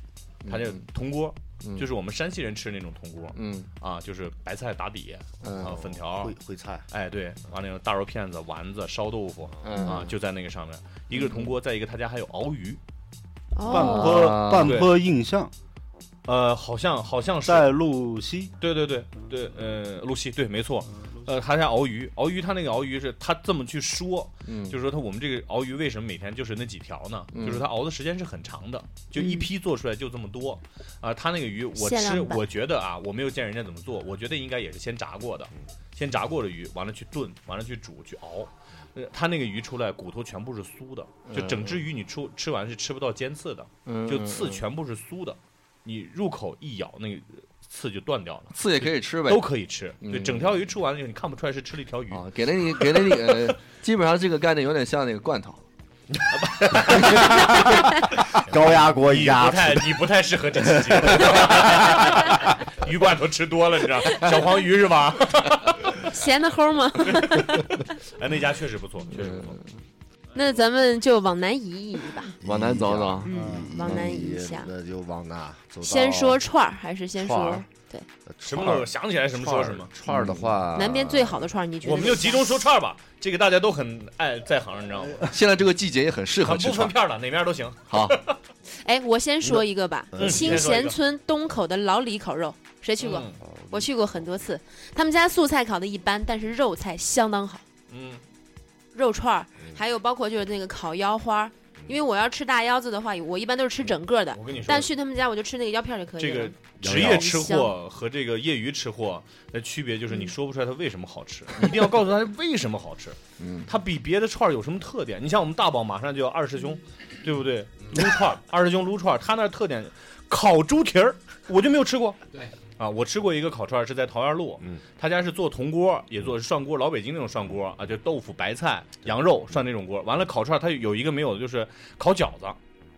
[SPEAKER 4] 它
[SPEAKER 3] 嗯
[SPEAKER 4] 这铜锅，
[SPEAKER 3] 嗯
[SPEAKER 4] 就是我们山西人吃那种铜锅
[SPEAKER 3] 嗯
[SPEAKER 4] 啊，就是白菜打底啊，
[SPEAKER 3] 嗯
[SPEAKER 4] 粉条
[SPEAKER 6] 烩，烩菜，
[SPEAKER 4] 哎对，完了有大肉片子、丸子、烧豆腐啊，
[SPEAKER 3] 嗯，
[SPEAKER 4] 就在那个上面，一个是铜锅，再一个他家还有熬鱼，
[SPEAKER 7] 半
[SPEAKER 5] 哦，
[SPEAKER 7] 坡
[SPEAKER 3] 啊
[SPEAKER 7] 半坡印象
[SPEAKER 3] 嗯
[SPEAKER 4] 呃，好像好像是，
[SPEAKER 7] 在路西，
[SPEAKER 4] 对对对对，呃，露西，对，没错，
[SPEAKER 3] 嗯
[SPEAKER 4] 呃，他家熬鱼，熬鱼，他那个熬鱼是他这么去说，
[SPEAKER 3] 嗯
[SPEAKER 4] 就是说他我们这个熬鱼为什么每天就是那几条呢？
[SPEAKER 3] 嗯
[SPEAKER 4] 就是他熬的时间是很长的，就一批做出来就这么多，啊、他那个鱼我
[SPEAKER 5] 限
[SPEAKER 4] 吃
[SPEAKER 5] 量，版
[SPEAKER 4] 我觉得啊，我没有见人家怎么做，我觉得应该也是先炸过的，
[SPEAKER 3] 嗯
[SPEAKER 4] 先炸过的鱼，完了去炖，完了去煮去熬。呃他那个鱼出来骨头全部是酥的，就整只鱼你出吃完是吃不到尖刺的，
[SPEAKER 3] 嗯
[SPEAKER 4] 就刺全部是酥的，你入口一咬，那个刺就断掉了，
[SPEAKER 3] 嗯刺也可以吃呗，
[SPEAKER 4] 都可以吃。
[SPEAKER 3] 嗯
[SPEAKER 4] 对，整条鱼吃完了以后，你看不出来是吃了一条鱼。
[SPEAKER 3] 啊，给了你， 给了你，呃，基本上这个概念有点像那个罐头，
[SPEAKER 6] 高压锅
[SPEAKER 4] 你
[SPEAKER 6] 一压
[SPEAKER 4] 不，太，你不太适合这期节目。 鱼罐头吃多了，你知道，小黄鱼是吧？
[SPEAKER 5] 咸的齁吗？
[SPEAKER 4] 哎，那家确实不错，确实不错。
[SPEAKER 5] 那咱们就往南移一移吧，
[SPEAKER 4] 啊
[SPEAKER 3] 往南走走，
[SPEAKER 5] 嗯，往南移一下。
[SPEAKER 6] 那就往南走到
[SPEAKER 5] 先说串儿还是先
[SPEAKER 6] 串
[SPEAKER 5] 说
[SPEAKER 6] 儿？
[SPEAKER 5] 对，
[SPEAKER 6] 呃
[SPEAKER 4] 什
[SPEAKER 6] 串
[SPEAKER 4] 么
[SPEAKER 6] 儿
[SPEAKER 4] 我想起来什么说什么。
[SPEAKER 6] 串儿的话，
[SPEAKER 5] 嗯南边最好的串儿，你觉
[SPEAKER 4] 啊
[SPEAKER 5] 得？
[SPEAKER 4] 我们就集中说。串儿吧，这个大家都很爱在行，你知道 吗？
[SPEAKER 3] 现在这个季节也很适合
[SPEAKER 4] 很
[SPEAKER 3] 吃
[SPEAKER 4] 不分
[SPEAKER 3] 串。
[SPEAKER 4] 片儿的，哪面都行。
[SPEAKER 3] 好，
[SPEAKER 5] 哎，我先说一个吧，
[SPEAKER 6] 嗯
[SPEAKER 5] 清贤村东口的老李烤肉，谁去过？
[SPEAKER 4] 嗯
[SPEAKER 5] 我去过很多次。他们家素菜烤的一般，但是肉菜相当好，
[SPEAKER 4] 嗯，
[SPEAKER 5] 肉串儿，还有包括就是那个烤腰花
[SPEAKER 4] 嗯
[SPEAKER 5] 儿。因为我要吃大腰子的话，我一般都是吃整个的，
[SPEAKER 4] 我跟你说
[SPEAKER 5] 但，去他们家我就吃那个腰片儿就可
[SPEAKER 4] 嗯
[SPEAKER 5] 以
[SPEAKER 4] 这
[SPEAKER 5] 了
[SPEAKER 4] 个。职业吃货和这个业余吃货的区别
[SPEAKER 5] 嗯
[SPEAKER 4] 就是，你说不出来它为什么好吃，你一定要告诉他为什么好吃。
[SPEAKER 3] 嗯，
[SPEAKER 4] 它比别的串儿有什么特点？你像我们大宝马上就要二师兄，对不对？撸串儿，二师兄撸串儿，他那儿特点烤猪蹄儿，我就没有吃过。对。啊，我吃过一个烤串儿，是在桃园路，
[SPEAKER 6] 嗯
[SPEAKER 4] 他家是做铜锅，也做涮锅，老北京那种涮锅啊，就豆腐、白菜、羊肉涮那种锅。完了烤串儿，它有一个没有的就是烤饺子，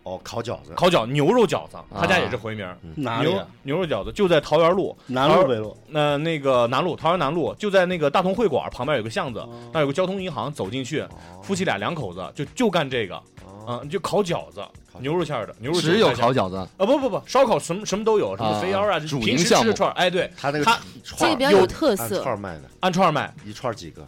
[SPEAKER 6] 哦，烤饺子，
[SPEAKER 4] 烤饺牛肉饺子，他家也是回民儿，
[SPEAKER 7] 哪里啊哦
[SPEAKER 4] 牛？牛肉饺子就在桃园路，
[SPEAKER 7] 南路北路？
[SPEAKER 4] 那、那个南路，桃园南路就在那个大同会馆旁边有个巷子，那有个交通银行，走进去，夫妻俩两口子就就干这个，
[SPEAKER 5] 嗯
[SPEAKER 6] 哦
[SPEAKER 4] 啊、就烤饺子，
[SPEAKER 6] 烤
[SPEAKER 4] 牛肉馅儿的，牛肉
[SPEAKER 3] 只有烤
[SPEAKER 4] 饺
[SPEAKER 3] 饺子，
[SPEAKER 4] 啊不不不，烧烤什么什么都有，什么
[SPEAKER 3] 啊
[SPEAKER 4] 肥腰啊，
[SPEAKER 3] 主
[SPEAKER 4] 平
[SPEAKER 3] 营
[SPEAKER 4] 时
[SPEAKER 3] 项
[SPEAKER 4] 吃
[SPEAKER 3] 目
[SPEAKER 4] 的串儿，哎对，
[SPEAKER 6] 他那个
[SPEAKER 4] 它
[SPEAKER 5] 这
[SPEAKER 6] 串
[SPEAKER 5] 个
[SPEAKER 6] 儿
[SPEAKER 5] 比较有
[SPEAKER 4] 有
[SPEAKER 5] 特
[SPEAKER 6] 按
[SPEAKER 5] 色
[SPEAKER 6] 串，儿卖的，
[SPEAKER 4] 按串儿卖，
[SPEAKER 6] 一串儿几个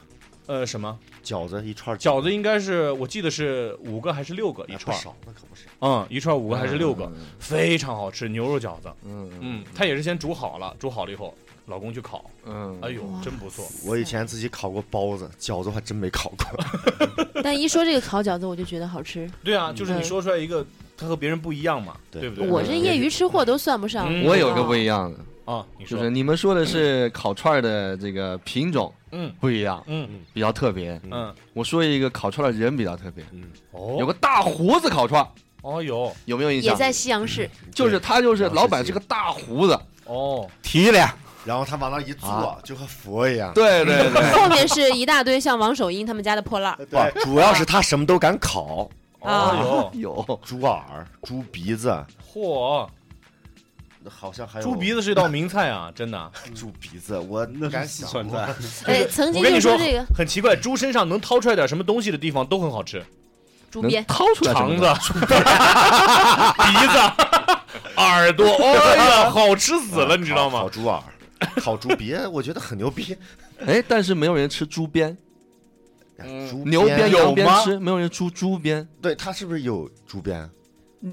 [SPEAKER 4] 呃什么
[SPEAKER 6] 饺子，一串儿几个
[SPEAKER 4] 饺子应该是我记得是五个还是六个一
[SPEAKER 6] 哎
[SPEAKER 4] 串
[SPEAKER 6] 不
[SPEAKER 4] 儿，
[SPEAKER 6] 少，那可不少。
[SPEAKER 4] 嗯一串儿五个还是六个，
[SPEAKER 3] 嗯
[SPEAKER 4] 非常好吃，牛肉饺子，
[SPEAKER 3] 嗯
[SPEAKER 4] 嗯，它也是先煮好了，煮好了以后老公去烤，
[SPEAKER 3] 嗯，
[SPEAKER 4] 哎呦
[SPEAKER 5] 哇，
[SPEAKER 4] 真不错。
[SPEAKER 6] 我以前自己烤过包子，饺子我还真没烤过。
[SPEAKER 5] 但一说这个烤饺子，我就觉得好吃。
[SPEAKER 4] 对啊，就是你
[SPEAKER 5] 嗯
[SPEAKER 4] 说出来一个，他和别人不一样嘛，
[SPEAKER 6] 对
[SPEAKER 4] 对不对？
[SPEAKER 5] 我这业余吃货都算不上
[SPEAKER 4] 嗯。
[SPEAKER 3] 我有个不
[SPEAKER 5] 问，
[SPEAKER 3] 一样的，
[SPEAKER 4] 啊，你
[SPEAKER 3] 就
[SPEAKER 4] 说
[SPEAKER 3] 是，你们说的是烤串儿的这个品种
[SPEAKER 4] 嗯
[SPEAKER 3] 不一样，
[SPEAKER 4] 嗯
[SPEAKER 3] 比较特别。
[SPEAKER 4] 嗯，
[SPEAKER 3] 我说一个烤串儿的人比较特别，
[SPEAKER 4] 哦，
[SPEAKER 3] 有个大胡子烤串儿，
[SPEAKER 4] 哦有
[SPEAKER 3] 有没有印
[SPEAKER 5] 也
[SPEAKER 3] 象？
[SPEAKER 5] 在西洋市，
[SPEAKER 3] 就是他，就是
[SPEAKER 6] 对
[SPEAKER 3] 老板是个大胡子，
[SPEAKER 4] 哦，
[SPEAKER 7] 提俩，
[SPEAKER 6] 然后他往那一坐，
[SPEAKER 3] 啊
[SPEAKER 6] 就和佛一样。
[SPEAKER 3] 对对
[SPEAKER 4] 嗯
[SPEAKER 3] 对，
[SPEAKER 5] 后面是一大堆像王守英他们家的破烂儿。
[SPEAKER 6] 不，主要是他什么都敢烤，
[SPEAKER 5] 啊
[SPEAKER 4] 哦
[SPEAKER 3] 有
[SPEAKER 6] 猪耳、猪鼻子，
[SPEAKER 4] 有，嚯，
[SPEAKER 6] 好像还有
[SPEAKER 4] 猪鼻
[SPEAKER 6] 子、
[SPEAKER 4] 子是一道名菜啊，真的。
[SPEAKER 6] 猪鼻子，我
[SPEAKER 7] 那
[SPEAKER 6] 敢
[SPEAKER 7] 是四
[SPEAKER 6] 想
[SPEAKER 7] 川
[SPEAKER 6] 过
[SPEAKER 7] 菜。
[SPEAKER 5] 哎，曾
[SPEAKER 4] 我
[SPEAKER 5] 经
[SPEAKER 4] 跟
[SPEAKER 5] 就
[SPEAKER 4] 你
[SPEAKER 5] 这个
[SPEAKER 4] 很奇怪，猪身上能掏出来点什么东西的地方都很好吃，
[SPEAKER 5] 猪
[SPEAKER 3] 能
[SPEAKER 5] 鞭，
[SPEAKER 3] 掏出来什么
[SPEAKER 4] 肠
[SPEAKER 3] 的
[SPEAKER 4] 子、鼻子、耳朵，哎呀，好吃死了，你知道
[SPEAKER 6] 烤烤
[SPEAKER 4] 吗？
[SPEAKER 6] 猪耳、烤猪鼻，我觉得很牛逼。
[SPEAKER 3] 哎，但是没有人吃猪鞭，
[SPEAKER 6] 哎猪
[SPEAKER 3] 牛鞭、
[SPEAKER 6] 有
[SPEAKER 3] 羊鞭
[SPEAKER 6] 吗？
[SPEAKER 3] 吃，没有人吃猪鞭。
[SPEAKER 6] 对他是不是有猪鞭？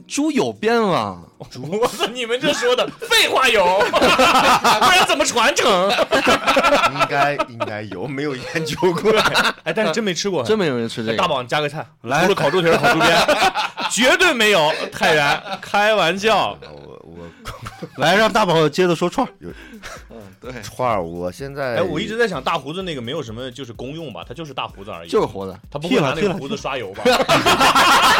[SPEAKER 3] 猪有鞭嘛？
[SPEAKER 4] 我操，你们这说的废话有，不然怎么传承？
[SPEAKER 6] 应该应该有，没有研究过。
[SPEAKER 4] 哎，但是真没吃过，
[SPEAKER 3] 真没有人吃这
[SPEAKER 4] 哎大
[SPEAKER 3] 个。
[SPEAKER 4] 宝，你加个菜，
[SPEAKER 7] 来
[SPEAKER 4] 除了烤猪蹄儿、烤猪鞭，绝对没有。泰 然，开玩笑，
[SPEAKER 6] 我我
[SPEAKER 7] 来让大宝接着说串儿，
[SPEAKER 3] 嗯对，
[SPEAKER 6] 串儿，我现在
[SPEAKER 4] 哎，我一直在想大胡子那个没有什么就是功用吧，它就是大胡子而已，
[SPEAKER 3] 就是活的。
[SPEAKER 4] 他不会拿那
[SPEAKER 7] 剃了剃
[SPEAKER 4] 个
[SPEAKER 7] 了
[SPEAKER 4] 胡子刷油吧？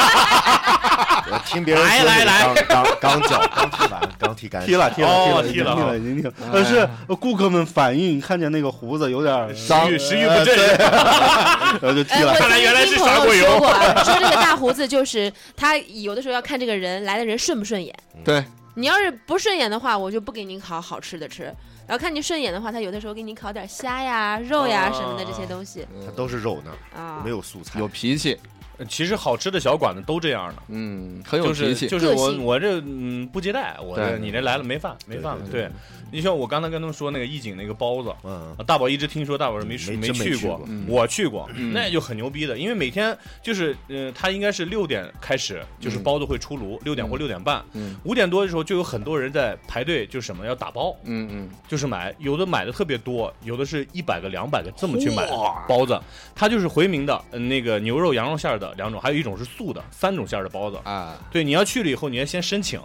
[SPEAKER 6] 我听别人
[SPEAKER 4] 来
[SPEAKER 6] 说
[SPEAKER 4] 来
[SPEAKER 6] 你
[SPEAKER 4] 来
[SPEAKER 6] 刚刚刚脚刚剃完，刚剃干 净
[SPEAKER 7] 踢了踢
[SPEAKER 4] 哦
[SPEAKER 7] 哎了踢
[SPEAKER 4] 踢了
[SPEAKER 7] 了
[SPEAKER 4] 哈
[SPEAKER 7] 踢了已经踢了。但是呃顾客们反映看见那个胡子有点儿
[SPEAKER 4] 食欲食欲不振，
[SPEAKER 7] 然后就踢
[SPEAKER 5] 哎，我
[SPEAKER 7] 了。
[SPEAKER 4] 看来原来
[SPEAKER 5] 曾
[SPEAKER 4] 是
[SPEAKER 5] 经听
[SPEAKER 4] 砂
[SPEAKER 5] 朋
[SPEAKER 4] 锅
[SPEAKER 5] 友
[SPEAKER 4] 油
[SPEAKER 5] 说 过啊，说这个大胡子就是他有的时候要看这个人来的人顺不顺眼。
[SPEAKER 3] 对，
[SPEAKER 5] 你要是不顺眼的话，我就不给你烤好吃的吃。然后看你顺眼的话，他有的时候给你烤点虾呀、肉呀
[SPEAKER 4] 啊
[SPEAKER 5] 什么的这些东西
[SPEAKER 6] 它都是肉呢，
[SPEAKER 5] 啊
[SPEAKER 6] 没。有素菜。
[SPEAKER 3] 有脾气，
[SPEAKER 4] 其实好吃的小馆子都这样的，
[SPEAKER 3] 嗯，很有
[SPEAKER 4] 就是
[SPEAKER 3] 脾气。
[SPEAKER 4] 就是
[SPEAKER 5] 个
[SPEAKER 4] 我
[SPEAKER 5] 性
[SPEAKER 4] 我这嗯不接待，我这
[SPEAKER 3] 对
[SPEAKER 4] 你这来了没饭没饭了。对，你像我刚才跟他们说那个义井那个包子。
[SPEAKER 6] 嗯，
[SPEAKER 4] 啊大宝一直听说，大宝是没
[SPEAKER 6] 没真没
[SPEAKER 4] 去
[SPEAKER 6] 去过
[SPEAKER 3] 嗯
[SPEAKER 4] 我去过，
[SPEAKER 3] 嗯
[SPEAKER 4] 那就很牛逼的，因为每天就是，呃，他应该是六点开始，就是
[SPEAKER 3] 嗯
[SPEAKER 4] 包子会出炉，六点或
[SPEAKER 3] 嗯
[SPEAKER 4] 六点半，
[SPEAKER 3] 嗯
[SPEAKER 4] 五点多的时候就有很多人在排队，就是什么要打包，
[SPEAKER 3] 嗯嗯，
[SPEAKER 4] 就是买，有的买的特别多，有的是一百个、两百个这么去买包子。它就是回民的，嗯，那个牛肉、羊肉馅儿的两种，还有一种是素的，三种馅儿的包子。
[SPEAKER 3] 啊，
[SPEAKER 4] 对，你要去了以后，你要先申请。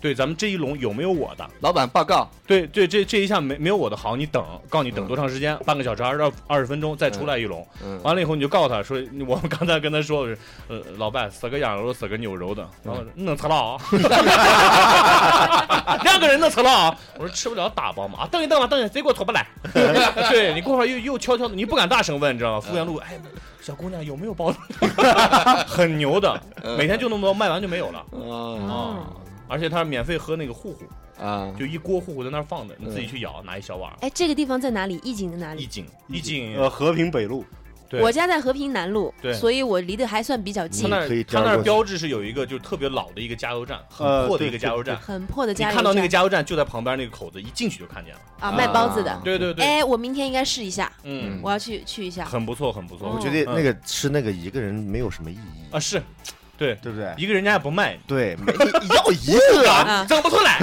[SPEAKER 4] 对，咱们这一笼有没有我的？
[SPEAKER 3] 老板报告，
[SPEAKER 4] 对对，这这一项没没有我的好，你等，告诉你等多长时间，半个小时二到二十分钟再出来一笼。
[SPEAKER 3] 嗯，
[SPEAKER 4] 完了以后你就告诉他说，我们刚才跟他说的是，呃，老板死个羊肉死个牛肉的，然后说弄吃了 啊，两个人弄吃了啊，我说吃不了打包嘛，啊，等一等吧，等一等，谁给我拖不 来？对你过会儿又又悄悄的，你不敢大声问，你知道吗？服务员路，哎，小姑娘有没有 包子？很牛的，每天就那么多，卖完就没有了
[SPEAKER 3] 啊
[SPEAKER 4] 啊。而且他是免费喝那个糊糊，
[SPEAKER 3] 啊，
[SPEAKER 4] 就一锅糊糊在那儿放着，你自己去舀，拿一小碗儿。
[SPEAKER 5] 哎，这个地方在哪里？义井在哪
[SPEAKER 4] 嗯一
[SPEAKER 5] 里？
[SPEAKER 4] 斤一斤，
[SPEAKER 7] 呃，和平北路
[SPEAKER 4] 对
[SPEAKER 5] 我家在和平南路
[SPEAKER 4] 对，
[SPEAKER 5] 所以我离得还算比较
[SPEAKER 4] 他
[SPEAKER 5] 近
[SPEAKER 4] 那。
[SPEAKER 6] 可以
[SPEAKER 4] 儿
[SPEAKER 6] 颠
[SPEAKER 4] 他
[SPEAKER 6] 儿
[SPEAKER 4] 那儿
[SPEAKER 6] 过去
[SPEAKER 4] 标志是有一个就是特别老的一个加油站，很
[SPEAKER 7] 呃
[SPEAKER 4] 破的一
[SPEAKER 7] 对
[SPEAKER 4] 个加油站。
[SPEAKER 5] 很破的
[SPEAKER 4] 你
[SPEAKER 5] 家里
[SPEAKER 4] 看到那个加油站就在旁边那个口子，一进去就看见了。
[SPEAKER 5] 啊，卖包子的
[SPEAKER 3] 啊。
[SPEAKER 4] 对对对，
[SPEAKER 5] 哎，我明天应该试一下，
[SPEAKER 4] 嗯，
[SPEAKER 5] 我要去去一下。
[SPEAKER 4] 很不错，很不
[SPEAKER 6] 我
[SPEAKER 4] 错
[SPEAKER 5] 哦
[SPEAKER 6] 觉得那个吃那个一个人没有什么意义，
[SPEAKER 4] 啊，是对，
[SPEAKER 6] 对不对？
[SPEAKER 4] 一个人家也不卖，
[SPEAKER 6] 对，没要一 个，
[SPEAKER 5] 啊
[SPEAKER 4] 整不出来。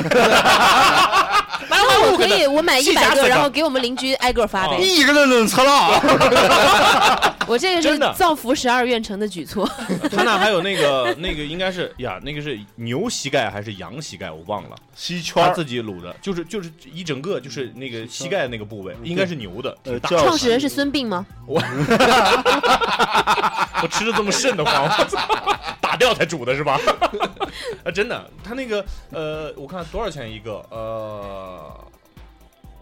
[SPEAKER 5] 然后我可以，我买一
[SPEAKER 4] 细夹
[SPEAKER 5] 百
[SPEAKER 4] 子
[SPEAKER 5] 个，
[SPEAKER 4] 的
[SPEAKER 5] 然后给我们邻居挨个发呗。
[SPEAKER 4] 哦
[SPEAKER 7] 一个人能吃了。
[SPEAKER 5] 我这个
[SPEAKER 4] 真
[SPEAKER 5] 是
[SPEAKER 4] 的
[SPEAKER 5] 造福十二愿城的举措。
[SPEAKER 4] 他那还有那个那个应该是呀，那个是牛膝盖还是羊膝盖，我忘了。
[SPEAKER 7] 西圈
[SPEAKER 4] 他
[SPEAKER 7] 儿
[SPEAKER 4] 自己卤的，就是就是一整个就是那个膝盖那个部位，应该是牛的，挺
[SPEAKER 7] 呃
[SPEAKER 4] 大
[SPEAKER 7] 叫
[SPEAKER 5] 创始人是孙膑吗？
[SPEAKER 4] 我吃的这么瘆得慌，我操打掉才煮的是吧？ 啊，真的，他那个呃，我看多少钱一个？呃，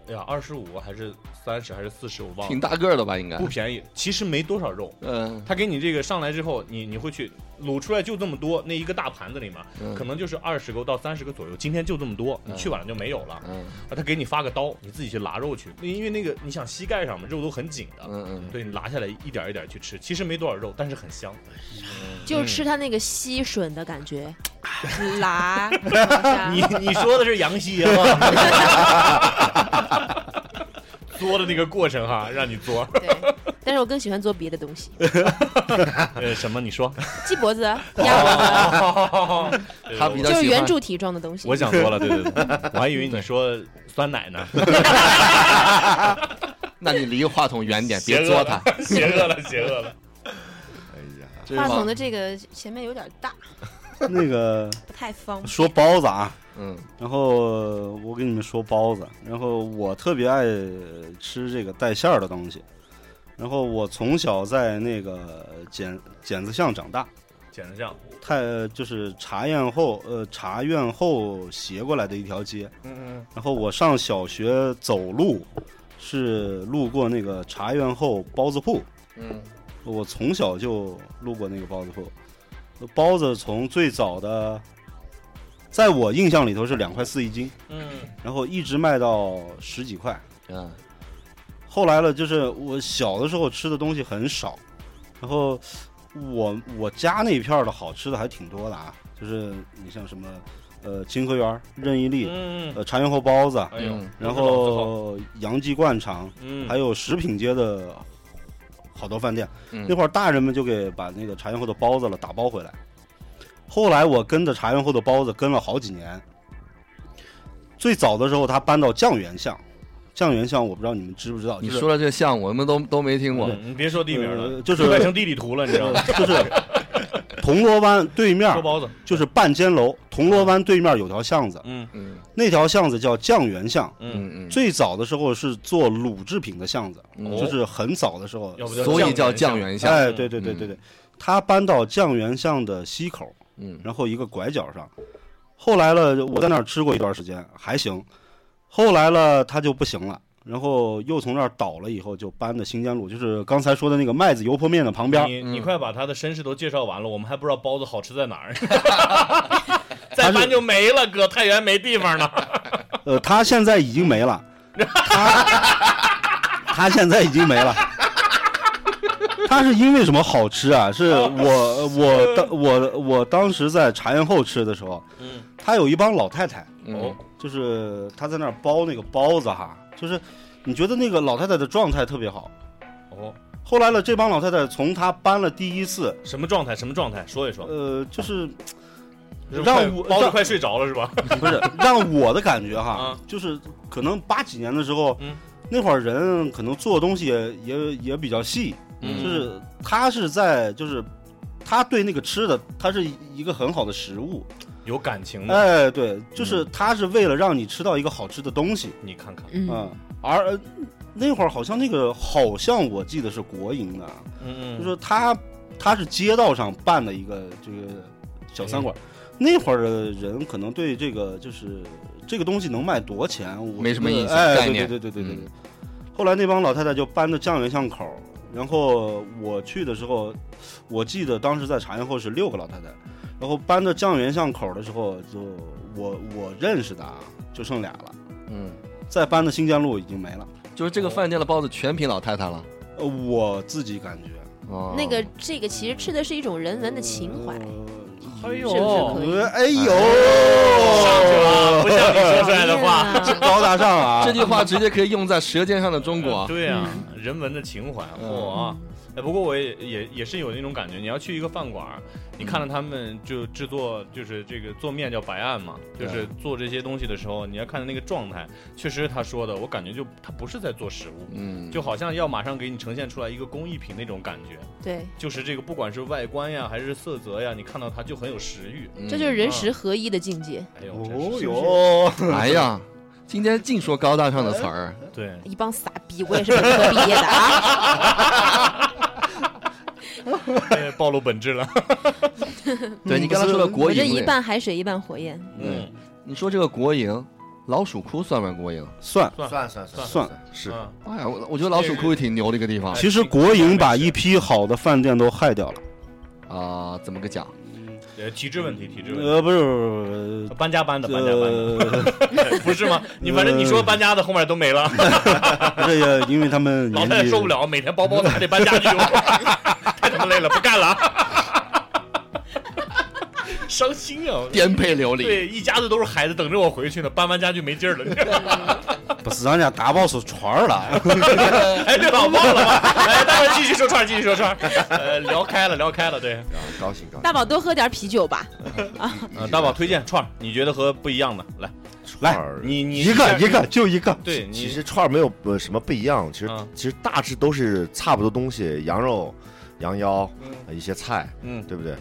[SPEAKER 4] 哎呀，二十五还是三十还是四十？我忘
[SPEAKER 3] 挺
[SPEAKER 4] 了，
[SPEAKER 3] 大个儿的吧，应该
[SPEAKER 4] 不。便宜。其实没多少肉，
[SPEAKER 3] 嗯，
[SPEAKER 4] 他给你这个上来之后，你你会去卤出来就这么多，那一个大盘子里面
[SPEAKER 3] 嗯
[SPEAKER 4] 可能就是二十个到三十个左右，今天就这么多，你去晚了就没有了。
[SPEAKER 3] 嗯
[SPEAKER 4] 啊，他给你发个刀，你自己去拿肉去，因为那个你想膝盖上嘛，肉都很紧的。
[SPEAKER 3] 嗯嗯，
[SPEAKER 4] 对你拿下来一点儿一点儿去吃，其实没多少肉，但是很香。嗯
[SPEAKER 5] 就是吃它那个吸吮的感觉，辣。往
[SPEAKER 4] 你
[SPEAKER 5] 下
[SPEAKER 4] 你说的是羊膝吗？啊嘬的那个过程哈，让你嘬。
[SPEAKER 5] 对，但是我更喜欢做别的东西，
[SPEAKER 4] 呃，什么？你 说？
[SPEAKER 5] 鸡脖
[SPEAKER 4] 哦
[SPEAKER 5] 子、鸭脖
[SPEAKER 3] 他比
[SPEAKER 5] 子，
[SPEAKER 3] 较
[SPEAKER 5] 就是
[SPEAKER 3] 喜
[SPEAKER 5] 圆
[SPEAKER 3] 欢，
[SPEAKER 5] 柱体状的东西。
[SPEAKER 4] 我想多了，对对对，我还以为你说酸奶呢。
[SPEAKER 3] 那你离话筒远点，别作他。，
[SPEAKER 4] 邪恶了，邪恶了。
[SPEAKER 6] 哎呀，
[SPEAKER 3] 这是
[SPEAKER 5] 话筒
[SPEAKER 3] 吗
[SPEAKER 5] 的这个前面有点大，
[SPEAKER 7] 那个
[SPEAKER 5] 不太方便。
[SPEAKER 7] 说包子啊，
[SPEAKER 3] 嗯，
[SPEAKER 7] 然后呃我跟你们说包子，然后我特别爱吃这个带馅儿的东西，然后我从小在那个剪剪子巷长大，
[SPEAKER 4] 简直像，
[SPEAKER 7] 太就是茶院后呃茶院后斜过来的一条街，
[SPEAKER 4] 嗯
[SPEAKER 7] 然后我上小学走路是路过那个茶院后包子铺，
[SPEAKER 3] 嗯，
[SPEAKER 7] 我从小就路过那个包子铺，包子从最早的，在我印象里头是两块四一斤，
[SPEAKER 4] 嗯
[SPEAKER 7] 然后一直卖到十几块。
[SPEAKER 3] 嗯，
[SPEAKER 7] 后来了，就是我小的时候吃的东西很少，然后我我家那片儿的好吃的还挺多的啊，就是你像什么呃清河园儿、任意利、
[SPEAKER 4] 嗯
[SPEAKER 7] 呃茶园后包子，
[SPEAKER 4] 哎呦，
[SPEAKER 7] 然后杨记灌肠，
[SPEAKER 4] 嗯，
[SPEAKER 7] 还
[SPEAKER 4] 有
[SPEAKER 7] 有食品街的好多饭店。
[SPEAKER 3] 嗯
[SPEAKER 7] 那会儿大人们就给把那个茶园后的包子了打包回来。后来我跟着茶园后的包子跟了好几年。最早的时候，他搬到酱园巷，酱园巷我不知道你们知不知道，
[SPEAKER 3] 你
[SPEAKER 7] 就是
[SPEAKER 3] 说的这像我们都都没听过。
[SPEAKER 4] 嗯你别说地名了，
[SPEAKER 7] 呃就是呃
[SPEAKER 4] 快成地理图了，你知道吗？
[SPEAKER 7] 就是铜锣湾对面
[SPEAKER 4] 说包子，
[SPEAKER 7] 就是半间楼，铜锣湾对面有条巷子，
[SPEAKER 4] 嗯
[SPEAKER 3] 嗯
[SPEAKER 7] 那条巷子叫酱园巷。
[SPEAKER 4] 嗯，
[SPEAKER 3] 嗯嗯，
[SPEAKER 7] 最早的时候是做卤制品的巷子，
[SPEAKER 3] 嗯
[SPEAKER 7] 就是很早的时候，
[SPEAKER 4] 哦要不叫
[SPEAKER 3] 所以叫酱
[SPEAKER 4] 园
[SPEAKER 3] 园巷。
[SPEAKER 7] 哎，对对对
[SPEAKER 4] 嗯
[SPEAKER 7] 对对，他搬到酱园巷的西口，
[SPEAKER 3] 嗯
[SPEAKER 7] 然后一个拐角上。后来了，我在那儿吃过一段时间，还行。后来了，他就不行了，然后又从那儿倒了以后，就搬到新疆路，就是刚才说的那个麦子油泼面的旁边儿。
[SPEAKER 4] 你
[SPEAKER 3] 嗯
[SPEAKER 4] 你快把他的身世都介绍完了，我们还不知道包子好吃在哪儿，再搬就没了，哥，太原没地方了。
[SPEAKER 7] 呃，他现在已经没了，他他现在已经没了。他是因为什么好吃啊？是我我当我我当时在茶园后吃的时候，
[SPEAKER 4] 嗯，
[SPEAKER 7] 他有一帮老太太，
[SPEAKER 4] 哦
[SPEAKER 3] 嗯，，
[SPEAKER 7] 就是他在那儿包那个包子哈，就是你觉得那个老太太的状态特别好。
[SPEAKER 4] 哦，
[SPEAKER 7] 后来了，这帮老太太从她搬了第一次，
[SPEAKER 4] 什么状态？什么状态？说一说。
[SPEAKER 7] 呃，就是
[SPEAKER 4] 是
[SPEAKER 7] 让
[SPEAKER 4] 快
[SPEAKER 7] 我
[SPEAKER 4] 包子
[SPEAKER 7] 让
[SPEAKER 4] 快睡着了是吧？
[SPEAKER 7] 不是让我的感觉哈
[SPEAKER 4] 啊，
[SPEAKER 7] 就是可能八几年的时候
[SPEAKER 4] 嗯，
[SPEAKER 7] 那会儿人可能做的东西也也也比较细，
[SPEAKER 4] 嗯
[SPEAKER 7] 就是他是在就是。他对那个吃的，他是一个很好的食物，
[SPEAKER 4] 有感
[SPEAKER 3] 呃
[SPEAKER 4] 情的，
[SPEAKER 7] 哎，对，
[SPEAKER 4] 嗯
[SPEAKER 7] 就是他是为了让你吃到一个好吃的东西，
[SPEAKER 4] 你看看，
[SPEAKER 5] 嗯，
[SPEAKER 7] 嗯，而呃那会儿好像那个好像我记得是国营的，
[SPEAKER 4] 嗯
[SPEAKER 7] 就说他他是街道上办的一个这个小餐馆，那会儿的人可能对这个就是这个东西能卖多少钱，我
[SPEAKER 3] 没什么
[SPEAKER 7] 觉得
[SPEAKER 3] 印象概
[SPEAKER 7] 哎，对对
[SPEAKER 3] 念
[SPEAKER 7] 对对对对对
[SPEAKER 3] 嗯。
[SPEAKER 7] 后来那帮老太太就搬到酱园巷口儿，然后我去的时候，我记得当时在茶园后是六个老太太，然后搬到酱园巷口儿的时候，就我我认识的啊，就剩俩了。
[SPEAKER 3] 嗯，
[SPEAKER 7] 再搬到新建路已经没了。
[SPEAKER 3] 就是这个饭店的包子全凭老太太了。
[SPEAKER 7] 呃，我自己感觉
[SPEAKER 3] 哦，
[SPEAKER 5] 那个这个其实吃的是一种人文的情怀，
[SPEAKER 4] 哎
[SPEAKER 5] 是不是可以？
[SPEAKER 7] 呃哎呦，
[SPEAKER 4] 上去了，不像你说出来的话。
[SPEAKER 5] 讨厌啊
[SPEAKER 7] 高大上啊！
[SPEAKER 3] 这句话直接可以用在《舌尖上的中国》。
[SPEAKER 4] 对啊，人文的情怀，
[SPEAKER 3] 嗯
[SPEAKER 4] 哇！哎，不过我也也也是有那种感觉，你要去一个饭馆儿，你看到他们就制作就是这个做面叫白案嘛，就是做这些东西的时候，你要看到那个状态，确实他说的，我感觉就他不是在做食物，
[SPEAKER 3] 嗯，
[SPEAKER 4] 就好像要马上给你呈现出来一个工艺品那种感觉，
[SPEAKER 5] 对，
[SPEAKER 4] 就是这个不管是外观呀还是色泽呀，你看到它就很有食欲。
[SPEAKER 3] 嗯
[SPEAKER 5] 这就是人食合一的境界。
[SPEAKER 4] 哎呦，真
[SPEAKER 7] 哦
[SPEAKER 4] 是
[SPEAKER 7] 哟，
[SPEAKER 3] 哎呀，今天净说高大上的词儿。
[SPEAKER 4] 对，
[SPEAKER 5] 一帮傻逼，我也是本科毕业的 啊。
[SPEAKER 4] 哎暴露本质了。
[SPEAKER 3] 对你刚才说的国
[SPEAKER 5] 我这
[SPEAKER 3] 营
[SPEAKER 5] 一
[SPEAKER 3] 类，
[SPEAKER 5] 半海水一半火焰，
[SPEAKER 4] 嗯，
[SPEAKER 3] 你说这个国营，老鼠窟算不算国营？
[SPEAKER 7] 算
[SPEAKER 6] 算算
[SPEAKER 4] 算
[SPEAKER 7] 算
[SPEAKER 6] 是
[SPEAKER 4] 嗯
[SPEAKER 3] 哎呀，我我觉得老鼠窟也挺牛的一个地方
[SPEAKER 7] 其实国营把一批好的饭店都害掉了。
[SPEAKER 3] 啊。怎么个讲？
[SPEAKER 4] 呃，体制问题，体制问题。
[SPEAKER 7] 呃，不是不是
[SPEAKER 4] 搬家搬的，
[SPEAKER 7] 不是，
[SPEAKER 4] 搬家搬的，
[SPEAKER 7] 呃，嗯
[SPEAKER 4] 不是吗？你反正你说搬家的，后面都没了。
[SPEAKER 7] 呃 这也因为他们
[SPEAKER 4] 老
[SPEAKER 7] 年
[SPEAKER 4] 太太
[SPEAKER 7] 纪
[SPEAKER 4] 受不了，每天包包的还得搬家具， 太他妈累了，不干了，伤心啊！
[SPEAKER 3] 颠沛流离。
[SPEAKER 4] 对，一家子都是孩子等着我回去呢，搬完家具没劲儿了。
[SPEAKER 7] 把市场价打爆手串儿了。
[SPEAKER 4] 哎，对了，我忘了吧？ 哎，待会儿继续说串儿，继续说串儿。呃，聊开了，聊开了，对。
[SPEAKER 6] 啊高兴高兴
[SPEAKER 5] 大宝多喝点啤酒吧。
[SPEAKER 4] 呃，大宝推荐串儿，你觉得和不一样的来，
[SPEAKER 7] 来
[SPEAKER 6] 啊串儿
[SPEAKER 4] 你你
[SPEAKER 7] 一个一个就一个，
[SPEAKER 4] 对，你
[SPEAKER 6] 其实串儿没有呃什么不一样，其实、
[SPEAKER 4] 嗯
[SPEAKER 6] 其实大致都是差不多东西，羊肉、羊腰、呃一些菜，
[SPEAKER 4] 嗯
[SPEAKER 6] 对不对？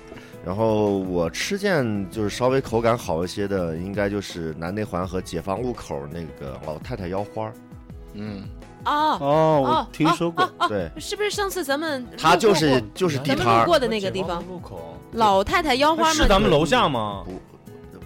[SPEAKER 6] 然后我吃见就是稍微口感好一些的，应该就是南内环和解放路口那个老太太腰花儿，
[SPEAKER 3] 嗯，
[SPEAKER 5] 哦，
[SPEAKER 7] 哦，
[SPEAKER 5] 哦
[SPEAKER 7] 我听说过，
[SPEAKER 6] 对，
[SPEAKER 5] 是不是上次咱们
[SPEAKER 6] 它
[SPEAKER 5] 路过
[SPEAKER 6] 就是
[SPEAKER 5] 过
[SPEAKER 6] 就是地
[SPEAKER 5] 咱们
[SPEAKER 6] 摊
[SPEAKER 5] 路
[SPEAKER 6] 儿，
[SPEAKER 5] 过的那个地方，
[SPEAKER 4] 路口
[SPEAKER 5] 老太太腰花
[SPEAKER 4] 是
[SPEAKER 5] 们
[SPEAKER 4] 咱们楼下吗？
[SPEAKER 6] 不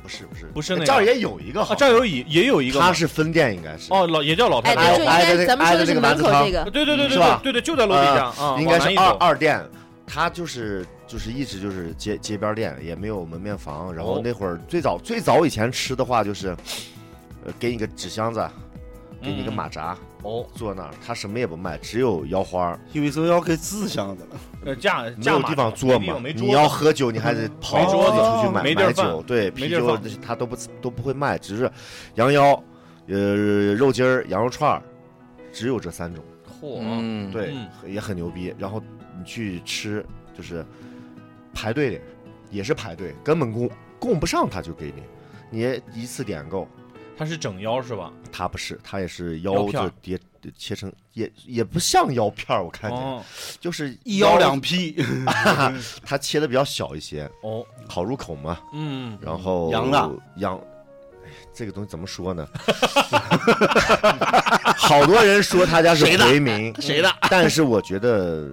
[SPEAKER 6] 不是不是
[SPEAKER 4] 嗯不是那个
[SPEAKER 6] 这儿也有一个好
[SPEAKER 4] 啊，这儿有也也有一个吗，
[SPEAKER 6] 它是分店应该是，
[SPEAKER 4] 哦，老也叫老太
[SPEAKER 5] 哎，
[SPEAKER 4] 太楼。
[SPEAKER 5] 对，就
[SPEAKER 6] 挨
[SPEAKER 5] 应
[SPEAKER 6] 挨
[SPEAKER 5] 该
[SPEAKER 6] 着那
[SPEAKER 5] 咱们说的
[SPEAKER 6] 挨着那
[SPEAKER 5] 是
[SPEAKER 6] 个
[SPEAKER 5] 门
[SPEAKER 6] 男
[SPEAKER 5] 口
[SPEAKER 6] 子汤
[SPEAKER 5] 这 个，
[SPEAKER 4] 对对对对
[SPEAKER 6] 嗯是吧呃
[SPEAKER 4] 对对对，就在楼底下啊，
[SPEAKER 6] 应该
[SPEAKER 4] 往
[SPEAKER 6] 是
[SPEAKER 4] 南一
[SPEAKER 6] 二
[SPEAKER 4] 走
[SPEAKER 6] 二店，它就是就是一直就是街街边店，也没有门面房。然
[SPEAKER 4] 哦
[SPEAKER 6] 后那会儿最早最早以前吃的话，就是，呃，给你个纸箱子，给你个
[SPEAKER 4] 嗯
[SPEAKER 6] 马扎，
[SPEAKER 4] 哦，
[SPEAKER 6] 坐那儿，他什么也不卖，只有腰花儿，
[SPEAKER 7] 因为都要给自箱子了。
[SPEAKER 4] 呃架
[SPEAKER 6] 没
[SPEAKER 4] 架
[SPEAKER 6] 有
[SPEAKER 4] 马
[SPEAKER 6] 地方坐
[SPEAKER 4] 没地
[SPEAKER 6] 嘛
[SPEAKER 4] 方。没桌子
[SPEAKER 6] 你要嗯喝酒，你还得跑
[SPEAKER 4] 桌子
[SPEAKER 6] 出去
[SPEAKER 7] 哦
[SPEAKER 6] 买
[SPEAKER 4] 没地儿
[SPEAKER 6] 买
[SPEAKER 4] 放
[SPEAKER 6] 酒，对，
[SPEAKER 4] 没
[SPEAKER 6] 啤
[SPEAKER 4] 地儿
[SPEAKER 6] 酒
[SPEAKER 4] 放
[SPEAKER 6] 那些他都不都不会卖，只是羊腰，呃，肉筋儿、羊肉串儿，只有这三种。
[SPEAKER 4] 嚯
[SPEAKER 3] 嗯，
[SPEAKER 6] 对，
[SPEAKER 4] 嗯
[SPEAKER 6] 很也很牛逼。然后你去吃，就是排队的，也是排队，根本供供不上，他就给你，你一次点够。
[SPEAKER 4] 它是整腰是吧？
[SPEAKER 6] 他不是，他也是
[SPEAKER 4] 腰
[SPEAKER 6] 腰
[SPEAKER 4] 片儿
[SPEAKER 6] 子叠切成，也也不像腰片儿，我看见、
[SPEAKER 4] 哦
[SPEAKER 6] 就是
[SPEAKER 7] 一腰两，劈，
[SPEAKER 6] 他切的比较小一些，
[SPEAKER 4] 哦，
[SPEAKER 6] 好入口嘛。
[SPEAKER 4] 嗯，
[SPEAKER 6] 然后
[SPEAKER 7] 羊的
[SPEAKER 6] 羊，哎这个东西怎么说呢？ 好多人说他家是回民，谁的？但是我觉得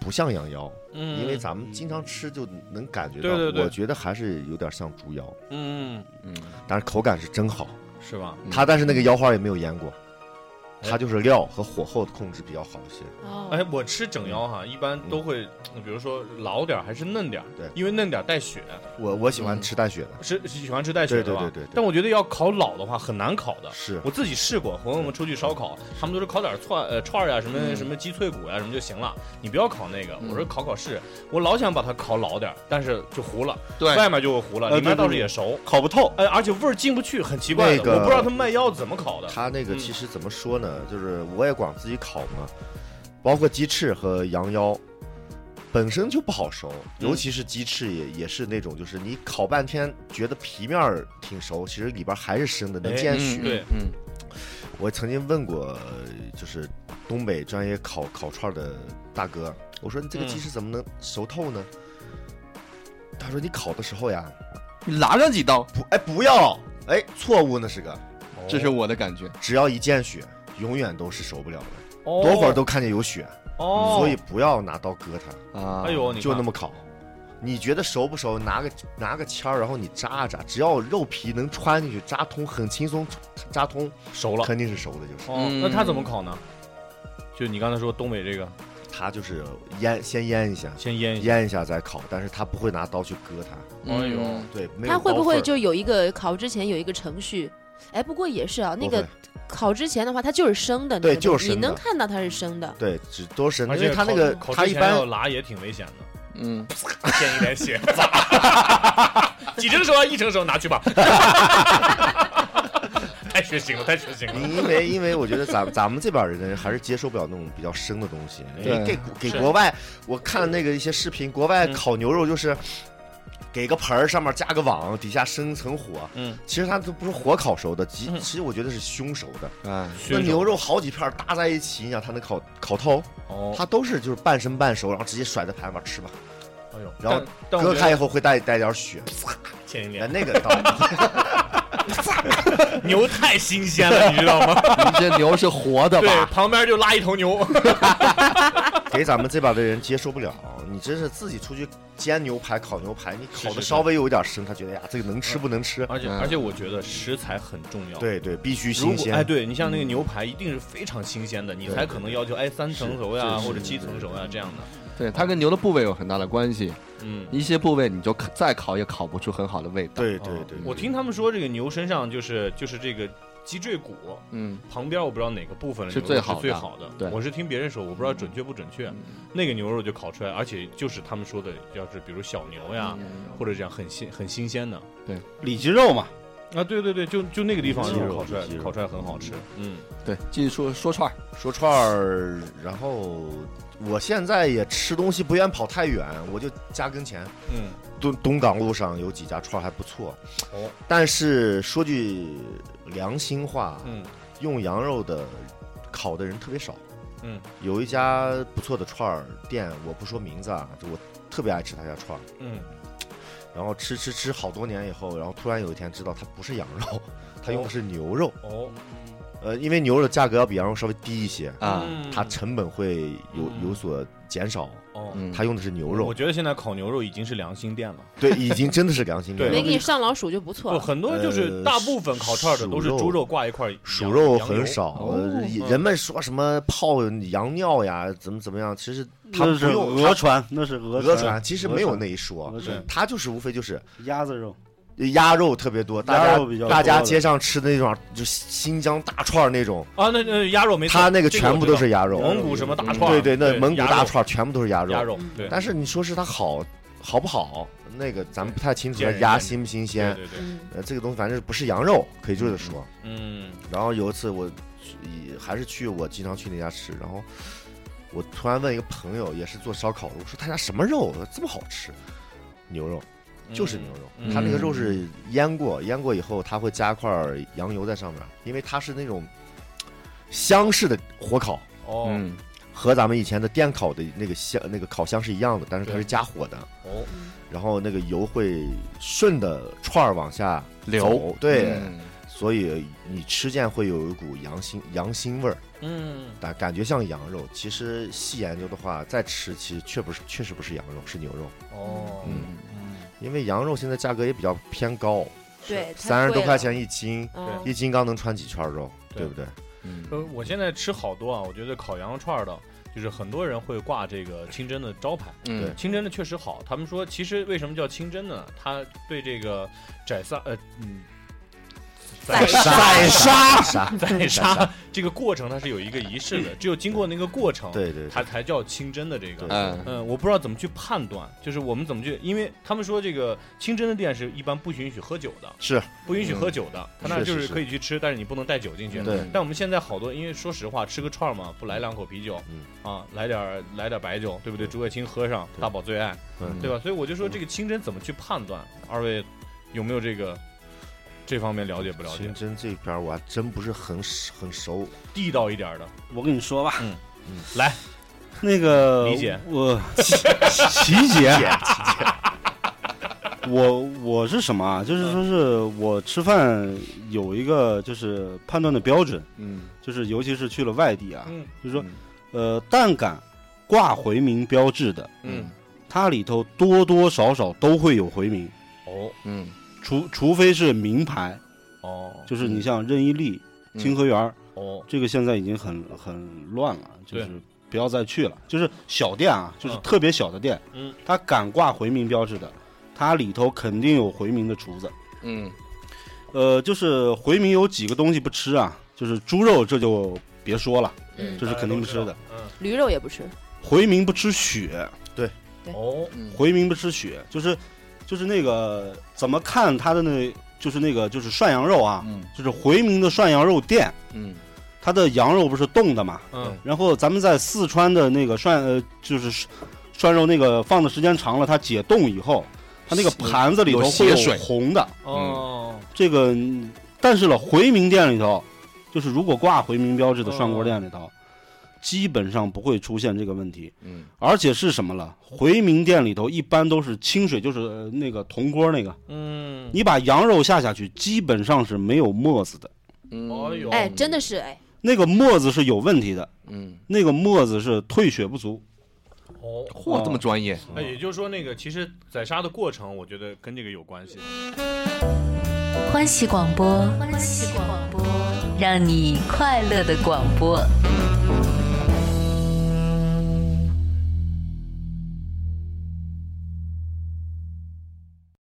[SPEAKER 6] 不像羊腰，
[SPEAKER 4] 嗯
[SPEAKER 6] 因为咱们经常吃就能感觉到，
[SPEAKER 4] 对对对
[SPEAKER 6] 我觉得还是有点像猪腰，
[SPEAKER 4] 嗯
[SPEAKER 6] 但是口感是真好。
[SPEAKER 4] 是吧？
[SPEAKER 3] 嗯
[SPEAKER 6] 它但是那个腰花也没有腌过，
[SPEAKER 4] 哎
[SPEAKER 6] 它就是料和火候的控制比较好一些。
[SPEAKER 5] 哦，
[SPEAKER 4] 哎，我吃整腰哈，一般都会，比如说老点儿还是嫩点儿，
[SPEAKER 6] 嗯对
[SPEAKER 4] 因为嫩点儿带血，
[SPEAKER 6] 我我喜欢吃带血的，
[SPEAKER 4] 是是喜欢吃带血的吧？
[SPEAKER 6] 对对对对对
[SPEAKER 4] 但我觉得要烤老的话很难烤的。
[SPEAKER 6] 是
[SPEAKER 4] 我自己试过，朋友们出去烧烤，他们都是烤点儿串呃串儿呀、什么、
[SPEAKER 6] 嗯
[SPEAKER 4] 什么鸡脆骨呀、什么就行了，你不要烤那个。我说烤烤试，我老想把它烤老点儿，但是就糊了，
[SPEAKER 3] 对
[SPEAKER 4] 外面就会糊了，
[SPEAKER 7] 呃
[SPEAKER 4] 里面
[SPEAKER 7] 对对
[SPEAKER 4] 倒是
[SPEAKER 7] 对
[SPEAKER 4] 也熟，
[SPEAKER 7] 烤不透。
[SPEAKER 4] 呃，而且味儿进不去，很奇怪的，
[SPEAKER 6] 那个
[SPEAKER 4] 我不知道他们卖腰子怎么烤的。
[SPEAKER 6] 它那个
[SPEAKER 4] 嗯
[SPEAKER 6] 其实怎么说呢？就是我也光自己烤嘛，包括鸡翅和羊腰，本身就不好熟，
[SPEAKER 4] 嗯
[SPEAKER 6] 尤其是鸡翅也也是那种，就是你烤半天觉得皮面儿挺熟，其实里边儿还是生的，能
[SPEAKER 4] 哎
[SPEAKER 6] 见血。
[SPEAKER 3] 嗯
[SPEAKER 4] 对，
[SPEAKER 3] 嗯，
[SPEAKER 6] 我曾经问过，呃就是东北专业烤烤串儿的大哥，我说你这个
[SPEAKER 4] 嗯
[SPEAKER 6] 鸡翅怎么能熟透呢？他说你烤的时候呀，
[SPEAKER 3] 你拉上几刀，
[SPEAKER 6] 不，哎不要，哎错误那是个，
[SPEAKER 3] 这是我的感觉。
[SPEAKER 6] 只要一见血，永远都是熟不了的，
[SPEAKER 4] 哦
[SPEAKER 6] 多会儿都看见有血，
[SPEAKER 4] 哦，
[SPEAKER 6] 所以不要拿刀割它，
[SPEAKER 3] 啊，
[SPEAKER 4] 哎呦，你
[SPEAKER 6] 就
[SPEAKER 4] 看
[SPEAKER 6] 那么烤。你觉得熟不熟？拿个拿个签儿，然后你扎一扎，只要肉皮能穿进去，扎通很轻松，扎通
[SPEAKER 4] 熟了。
[SPEAKER 6] 肯定是熟的，就是。
[SPEAKER 4] 哦，
[SPEAKER 3] 嗯
[SPEAKER 4] 那它怎么烤呢？就你刚才说东北这个，
[SPEAKER 6] 它就是腌，先腌一下，
[SPEAKER 4] 先腌一下。
[SPEAKER 6] 腌一下再烤，但是他不会拿刀去割它。
[SPEAKER 3] 嗯
[SPEAKER 4] 哎呦
[SPEAKER 6] 对，没有
[SPEAKER 5] 他会不会
[SPEAKER 6] 刀
[SPEAKER 5] 就有一个烤之前有一个程序？哎，不过也是啊，
[SPEAKER 6] 缝
[SPEAKER 5] 那
[SPEAKER 6] 儿
[SPEAKER 5] 个烤之前的话，它就是生的，
[SPEAKER 6] 对
[SPEAKER 5] 那个东
[SPEAKER 6] 就是
[SPEAKER 5] 西你
[SPEAKER 6] 生的
[SPEAKER 5] 能看到它是生的。
[SPEAKER 6] 对，只都是
[SPEAKER 4] 而
[SPEAKER 6] 因
[SPEAKER 4] 且
[SPEAKER 6] 为他那个
[SPEAKER 4] 烤
[SPEAKER 6] 他
[SPEAKER 4] 烤之
[SPEAKER 6] 一
[SPEAKER 4] 前要
[SPEAKER 6] 般
[SPEAKER 4] 拉也挺危险的，
[SPEAKER 3] 嗯，
[SPEAKER 4] 溅一点血。 几成熟啊？一成熟拿去吧。太血腥了，太血腥了。
[SPEAKER 6] 因为因为我觉得咱咱们这边儿人还是接受不了那种比较生的东西，因为
[SPEAKER 3] 对
[SPEAKER 6] 给给
[SPEAKER 4] 是
[SPEAKER 6] 国外我看那个一些视频，国外
[SPEAKER 4] 嗯
[SPEAKER 6] 烤牛肉就是。给个盆儿，上面加个网，底下生一层火。
[SPEAKER 4] 嗯，
[SPEAKER 6] 其实它都不是火烤熟的，其
[SPEAKER 4] 嗯
[SPEAKER 6] 其实我觉得是熏熟的。
[SPEAKER 3] 哎，
[SPEAKER 6] 那牛肉好几片儿搭在一起，你想它能烤烤透？
[SPEAKER 4] 哦，
[SPEAKER 6] 它都是就是半生半熟，然后直接甩在盘里面吃吧。
[SPEAKER 4] 哎呦，
[SPEAKER 6] 然后
[SPEAKER 4] 但但我觉
[SPEAKER 6] 割
[SPEAKER 4] 得
[SPEAKER 6] 开以后会带带点儿血，
[SPEAKER 4] 溅一
[SPEAKER 6] 那
[SPEAKER 4] 脸，
[SPEAKER 6] 那个倒
[SPEAKER 4] 牛太新鲜了，你知道 吗？
[SPEAKER 3] 你这牛是活的
[SPEAKER 4] 对，
[SPEAKER 3] 吧？
[SPEAKER 4] 旁边就拉一头牛。
[SPEAKER 6] 给咱们这边的人接受不了。你真是自己出去煎牛排、烤牛排，你
[SPEAKER 4] 是
[SPEAKER 6] 烤
[SPEAKER 4] 是
[SPEAKER 6] 的稍微有一点生，他觉得呀，这个能吃不能吃？
[SPEAKER 4] 而且
[SPEAKER 3] 嗯
[SPEAKER 4] 而且，我觉得食材很重要。。
[SPEAKER 6] 对对，必须
[SPEAKER 4] 如
[SPEAKER 6] 新
[SPEAKER 4] 果
[SPEAKER 6] 鲜。嗯
[SPEAKER 4] 哎，对你像那个牛排，一定是非常新鲜的，你
[SPEAKER 6] 对
[SPEAKER 4] 才
[SPEAKER 6] 对
[SPEAKER 4] 可能要求哎三成熟呀，
[SPEAKER 6] 是是
[SPEAKER 4] 或者
[SPEAKER 6] 是
[SPEAKER 4] 七
[SPEAKER 6] 是
[SPEAKER 4] 成熟呀这样的。
[SPEAKER 3] 对，它跟牛的部位有很大的关系，
[SPEAKER 4] 嗯，
[SPEAKER 3] 一些部位你就可再烤也烤不出很好的味道。，
[SPEAKER 6] 对对对，
[SPEAKER 4] 哦我
[SPEAKER 6] 对
[SPEAKER 4] 听他们说这个牛身上就是就是这个脊椎骨，
[SPEAKER 3] 嗯，
[SPEAKER 4] 旁边我不知道哪个部分
[SPEAKER 3] 是
[SPEAKER 4] 牛肉
[SPEAKER 3] 最好的
[SPEAKER 4] 最好的。
[SPEAKER 3] 对
[SPEAKER 4] 我是听别人说，我不知道准确不准
[SPEAKER 6] 嗯
[SPEAKER 4] 确。那个牛肉就烤出来，而且就是他们说啊
[SPEAKER 6] 嗯
[SPEAKER 3] 嗯
[SPEAKER 4] 的，要是比如小牛呀，或者这样很新很新鲜的。
[SPEAKER 7] 里脊肉嘛，
[SPEAKER 4] 啊，对对对，就就那个地方
[SPEAKER 6] 鸡
[SPEAKER 4] 有
[SPEAKER 6] 肉
[SPEAKER 4] 烤
[SPEAKER 6] 鸡
[SPEAKER 4] 串，
[SPEAKER 6] 肉
[SPEAKER 4] 烤串很好吃。嗯，
[SPEAKER 3] 对，继续说说串儿，
[SPEAKER 6] 说串儿，然后我现在也吃东西不愿跑太远，我就家跟前
[SPEAKER 4] 嗯，
[SPEAKER 6] 东东港路上有几家串儿还不错。
[SPEAKER 4] 哦，
[SPEAKER 6] 但是说句良心话，啊
[SPEAKER 4] 嗯，
[SPEAKER 6] 用羊肉的烤的人特别少。
[SPEAKER 4] 嗯，
[SPEAKER 6] 有一家不错的串儿店，我不说名字啊，就我特别爱吃他家串儿。
[SPEAKER 4] 嗯，
[SPEAKER 6] 然后吃吃吃好多年以后，然后突然有一天知道它不是羊肉， 它用的是牛肉。
[SPEAKER 4] 哦，
[SPEAKER 6] 呃，因为牛肉的价格要比羊肉稍微低一些，
[SPEAKER 3] 啊
[SPEAKER 4] 嗯
[SPEAKER 6] 它成本会有
[SPEAKER 4] 嗯
[SPEAKER 6] 有所减少。
[SPEAKER 4] 哦，
[SPEAKER 3] 嗯，
[SPEAKER 6] 它用的是牛
[SPEAKER 4] 我
[SPEAKER 6] 肉，
[SPEAKER 4] 觉得现在烤牛肉已经是良心店了。
[SPEAKER 6] 对，已经真的是良心
[SPEAKER 4] 对
[SPEAKER 6] 牛
[SPEAKER 5] 没给
[SPEAKER 6] 肉。
[SPEAKER 5] 你上老鼠就不错
[SPEAKER 4] 不，
[SPEAKER 5] 了。
[SPEAKER 4] 很多就是
[SPEAKER 6] 呃
[SPEAKER 4] 大部分烤串的都是
[SPEAKER 6] 鼠肉
[SPEAKER 4] 猪肉挂一块儿，
[SPEAKER 6] 鼠
[SPEAKER 4] 羊
[SPEAKER 6] 肉
[SPEAKER 4] 羊油
[SPEAKER 6] 很少，
[SPEAKER 3] 哦
[SPEAKER 6] 呃
[SPEAKER 4] 嗯
[SPEAKER 6] 人们说什么泡羊尿呀，怎么怎么样，其实它
[SPEAKER 7] 那
[SPEAKER 6] 不
[SPEAKER 7] 是
[SPEAKER 6] 用
[SPEAKER 7] 鹅传，那是鹅
[SPEAKER 6] 鹅
[SPEAKER 7] 传
[SPEAKER 6] 船，，其实
[SPEAKER 7] 鹅
[SPEAKER 6] 没有
[SPEAKER 7] 船
[SPEAKER 6] 那一说
[SPEAKER 7] 鹅，传
[SPEAKER 6] 它就是无非就是
[SPEAKER 7] 鸭子肉，
[SPEAKER 6] 鸭肉特别多，大
[SPEAKER 7] 鸭
[SPEAKER 6] 家
[SPEAKER 7] 肉比较
[SPEAKER 6] 大家
[SPEAKER 7] 多的
[SPEAKER 6] 街上吃的那种就新疆大串儿那种，
[SPEAKER 4] 啊，那那鸭肉没错，
[SPEAKER 6] 它那个
[SPEAKER 4] 这
[SPEAKER 6] 全部都是鸭
[SPEAKER 4] 我
[SPEAKER 6] 肉
[SPEAKER 4] 知道，蒙古什么大串儿，
[SPEAKER 6] 对对，那蒙古
[SPEAKER 4] 鸭
[SPEAKER 6] 大
[SPEAKER 4] 肉
[SPEAKER 6] 串儿全部都是鸭
[SPEAKER 4] 鸭
[SPEAKER 6] 肉。
[SPEAKER 4] 肉，对，
[SPEAKER 6] 但是你说是它好，好不好？那个咱们不太清楚，
[SPEAKER 4] 见
[SPEAKER 6] 它
[SPEAKER 4] 仁
[SPEAKER 6] 鸭
[SPEAKER 4] 见智
[SPEAKER 6] 新不新
[SPEAKER 4] 对
[SPEAKER 6] 鲜？
[SPEAKER 4] 对对，
[SPEAKER 5] 嗯，
[SPEAKER 6] 呃，这个东西反正不是羊肉，可以这么说。
[SPEAKER 4] 嗯，
[SPEAKER 6] 然后有一次我去以还是去我经常去那家吃，然后我突然问一个朋友，也是做烧烤的，我说他家什么肉这么好吃？牛肉就是牛
[SPEAKER 4] 嗯
[SPEAKER 6] 肉，它那个肉是腌过，腌过以后它会加块儿羊油在上面，因为它是那种箱式的火烤，
[SPEAKER 4] 哦
[SPEAKER 3] 嗯，
[SPEAKER 6] 和咱们以前的电烤的那个箱那个烤箱是一样的，但是它
[SPEAKER 4] 对
[SPEAKER 6] 是加火的，
[SPEAKER 4] 哦，
[SPEAKER 6] 然后那个油会顺着串儿往下
[SPEAKER 3] 流
[SPEAKER 6] 走，对，
[SPEAKER 3] 嗯
[SPEAKER 6] 所以你吃见会有一股羊腥羊腥味儿，
[SPEAKER 4] 嗯，
[SPEAKER 6] 但感觉像羊肉。其实细研究的话，再吃其实确不是，确实不是羊肉，是牛肉。
[SPEAKER 4] 哦，
[SPEAKER 3] 嗯
[SPEAKER 6] 因为羊肉现在价格也比较偏高，
[SPEAKER 5] 对，哎太
[SPEAKER 6] 三十
[SPEAKER 5] 贵
[SPEAKER 6] 多块
[SPEAKER 5] 了。
[SPEAKER 6] 钱一斤，
[SPEAKER 5] 嗯
[SPEAKER 6] 一斤刚能穿几圈肉，
[SPEAKER 4] 对
[SPEAKER 6] 对不对？
[SPEAKER 3] 嗯
[SPEAKER 4] 呃，我现在吃好多啊，我觉得烤羊肉串儿的，就是很多人会挂这个清真的招牌。
[SPEAKER 3] 嗯，
[SPEAKER 4] 清真的确实好，他们说其实为什么叫清真呢？它对这个宰杀呃嗯宰
[SPEAKER 6] 宰 杀杀，
[SPEAKER 4] 宰杀这个过程它是有一个仪式的，只有经过那个过程，
[SPEAKER 6] 对对对
[SPEAKER 4] 它才叫清真的这个。
[SPEAKER 6] 对
[SPEAKER 3] 嗯
[SPEAKER 4] 嗯，我不知道怎么去判断，就是我们怎么去，因为他们说这个清真的店是一般不允许喝酒的，
[SPEAKER 6] 是
[SPEAKER 4] 不允许
[SPEAKER 3] 嗯
[SPEAKER 4] 喝酒的，他那
[SPEAKER 6] 是
[SPEAKER 4] 就是是
[SPEAKER 6] 是
[SPEAKER 4] 可以去吃，但是你不能带酒进去。
[SPEAKER 3] 嗯
[SPEAKER 6] 对
[SPEAKER 4] 但我们现在好多，因为说实话，吃个串儿嘛，不来两口啤酒，
[SPEAKER 6] 嗯
[SPEAKER 4] 啊，来点儿来点儿白酒，对不对？竹叶青喝上，
[SPEAKER 6] 对
[SPEAKER 4] 大宝最爱，
[SPEAKER 6] 嗯
[SPEAKER 4] 对吧？所以我就说这个清真怎么去判断，二位有没有这个这方面了解不了解
[SPEAKER 6] 清？真这边我还真不是很很熟，
[SPEAKER 4] 地道一点儿的，
[SPEAKER 7] 我跟你说吧，
[SPEAKER 4] 嗯来
[SPEAKER 7] 那个
[SPEAKER 4] 李姐
[SPEAKER 7] 我琪姐， 我我是什么啊？就是说是我吃饭有一个就是判断的标准，
[SPEAKER 3] 嗯
[SPEAKER 7] 就是尤其是去了外地啊，
[SPEAKER 4] 嗯
[SPEAKER 7] 就是说呃但敢挂回民标志的，
[SPEAKER 4] 嗯，
[SPEAKER 7] 它里头多多少少都会有回民，
[SPEAKER 4] 哦
[SPEAKER 3] 嗯
[SPEAKER 7] 除除非是名牌，
[SPEAKER 4] 哦
[SPEAKER 7] 就是你像任意利、
[SPEAKER 3] 嗯
[SPEAKER 7] 清河园儿，
[SPEAKER 4] 哦，
[SPEAKER 7] 这个现在已经很很乱了，就
[SPEAKER 4] 对
[SPEAKER 7] 是不要再去了。就是小店啊，就是特别小的店，
[SPEAKER 4] 嗯，
[SPEAKER 7] 它敢挂回民标志的，它里头肯定有回民的厨子。
[SPEAKER 3] 嗯
[SPEAKER 7] 呃，就是回民有几个东西不吃啊，就是猪肉这就别说了，
[SPEAKER 5] 嗯
[SPEAKER 7] 这是肯定不吃的。
[SPEAKER 4] 嗯
[SPEAKER 5] 驴肉也不吃，
[SPEAKER 7] 回民不吃血，
[SPEAKER 4] 哦
[SPEAKER 3] 嗯
[SPEAKER 7] 回民不吃血，就是就是那个怎么看它的那，就是那个就是涮羊肉啊，
[SPEAKER 3] 嗯
[SPEAKER 7] 就是回民的涮羊肉店，
[SPEAKER 3] 嗯
[SPEAKER 7] 它的羊肉不是冻的嘛，
[SPEAKER 4] 嗯
[SPEAKER 7] 然后咱们在四川的那个涮呃，就是涮涮肉那个放的时间长了，它解冻以后，它那个盘子里头
[SPEAKER 3] 有
[SPEAKER 7] 会
[SPEAKER 3] 血
[SPEAKER 7] 有
[SPEAKER 3] 水
[SPEAKER 7] 红的。
[SPEAKER 4] 哦
[SPEAKER 7] 这个，嗯但是了，回民店里头，就是如果挂回民标志的
[SPEAKER 3] 哦
[SPEAKER 7] 涮锅店里头，基本上不会出现这个问题。
[SPEAKER 3] 嗯
[SPEAKER 7] 而且是什么了？回民店里头一般都是清水，就是呃那个铜锅那个，
[SPEAKER 4] 嗯，
[SPEAKER 7] 你把羊肉下下去，基本上是没有沫子的。
[SPEAKER 3] 嗯，
[SPEAKER 4] 哎呦
[SPEAKER 5] 哎，真的是哎，
[SPEAKER 7] 那个沫子是有问题的，
[SPEAKER 3] 嗯，
[SPEAKER 7] 那个沫子是退血不足。
[SPEAKER 4] 哦。
[SPEAKER 3] 嚯，这么专业，
[SPEAKER 4] 那也就是说，那个其实宰杀的过程，我觉得跟这个有关系。
[SPEAKER 8] 欢喜广播，欢喜广播，让你快乐的广播。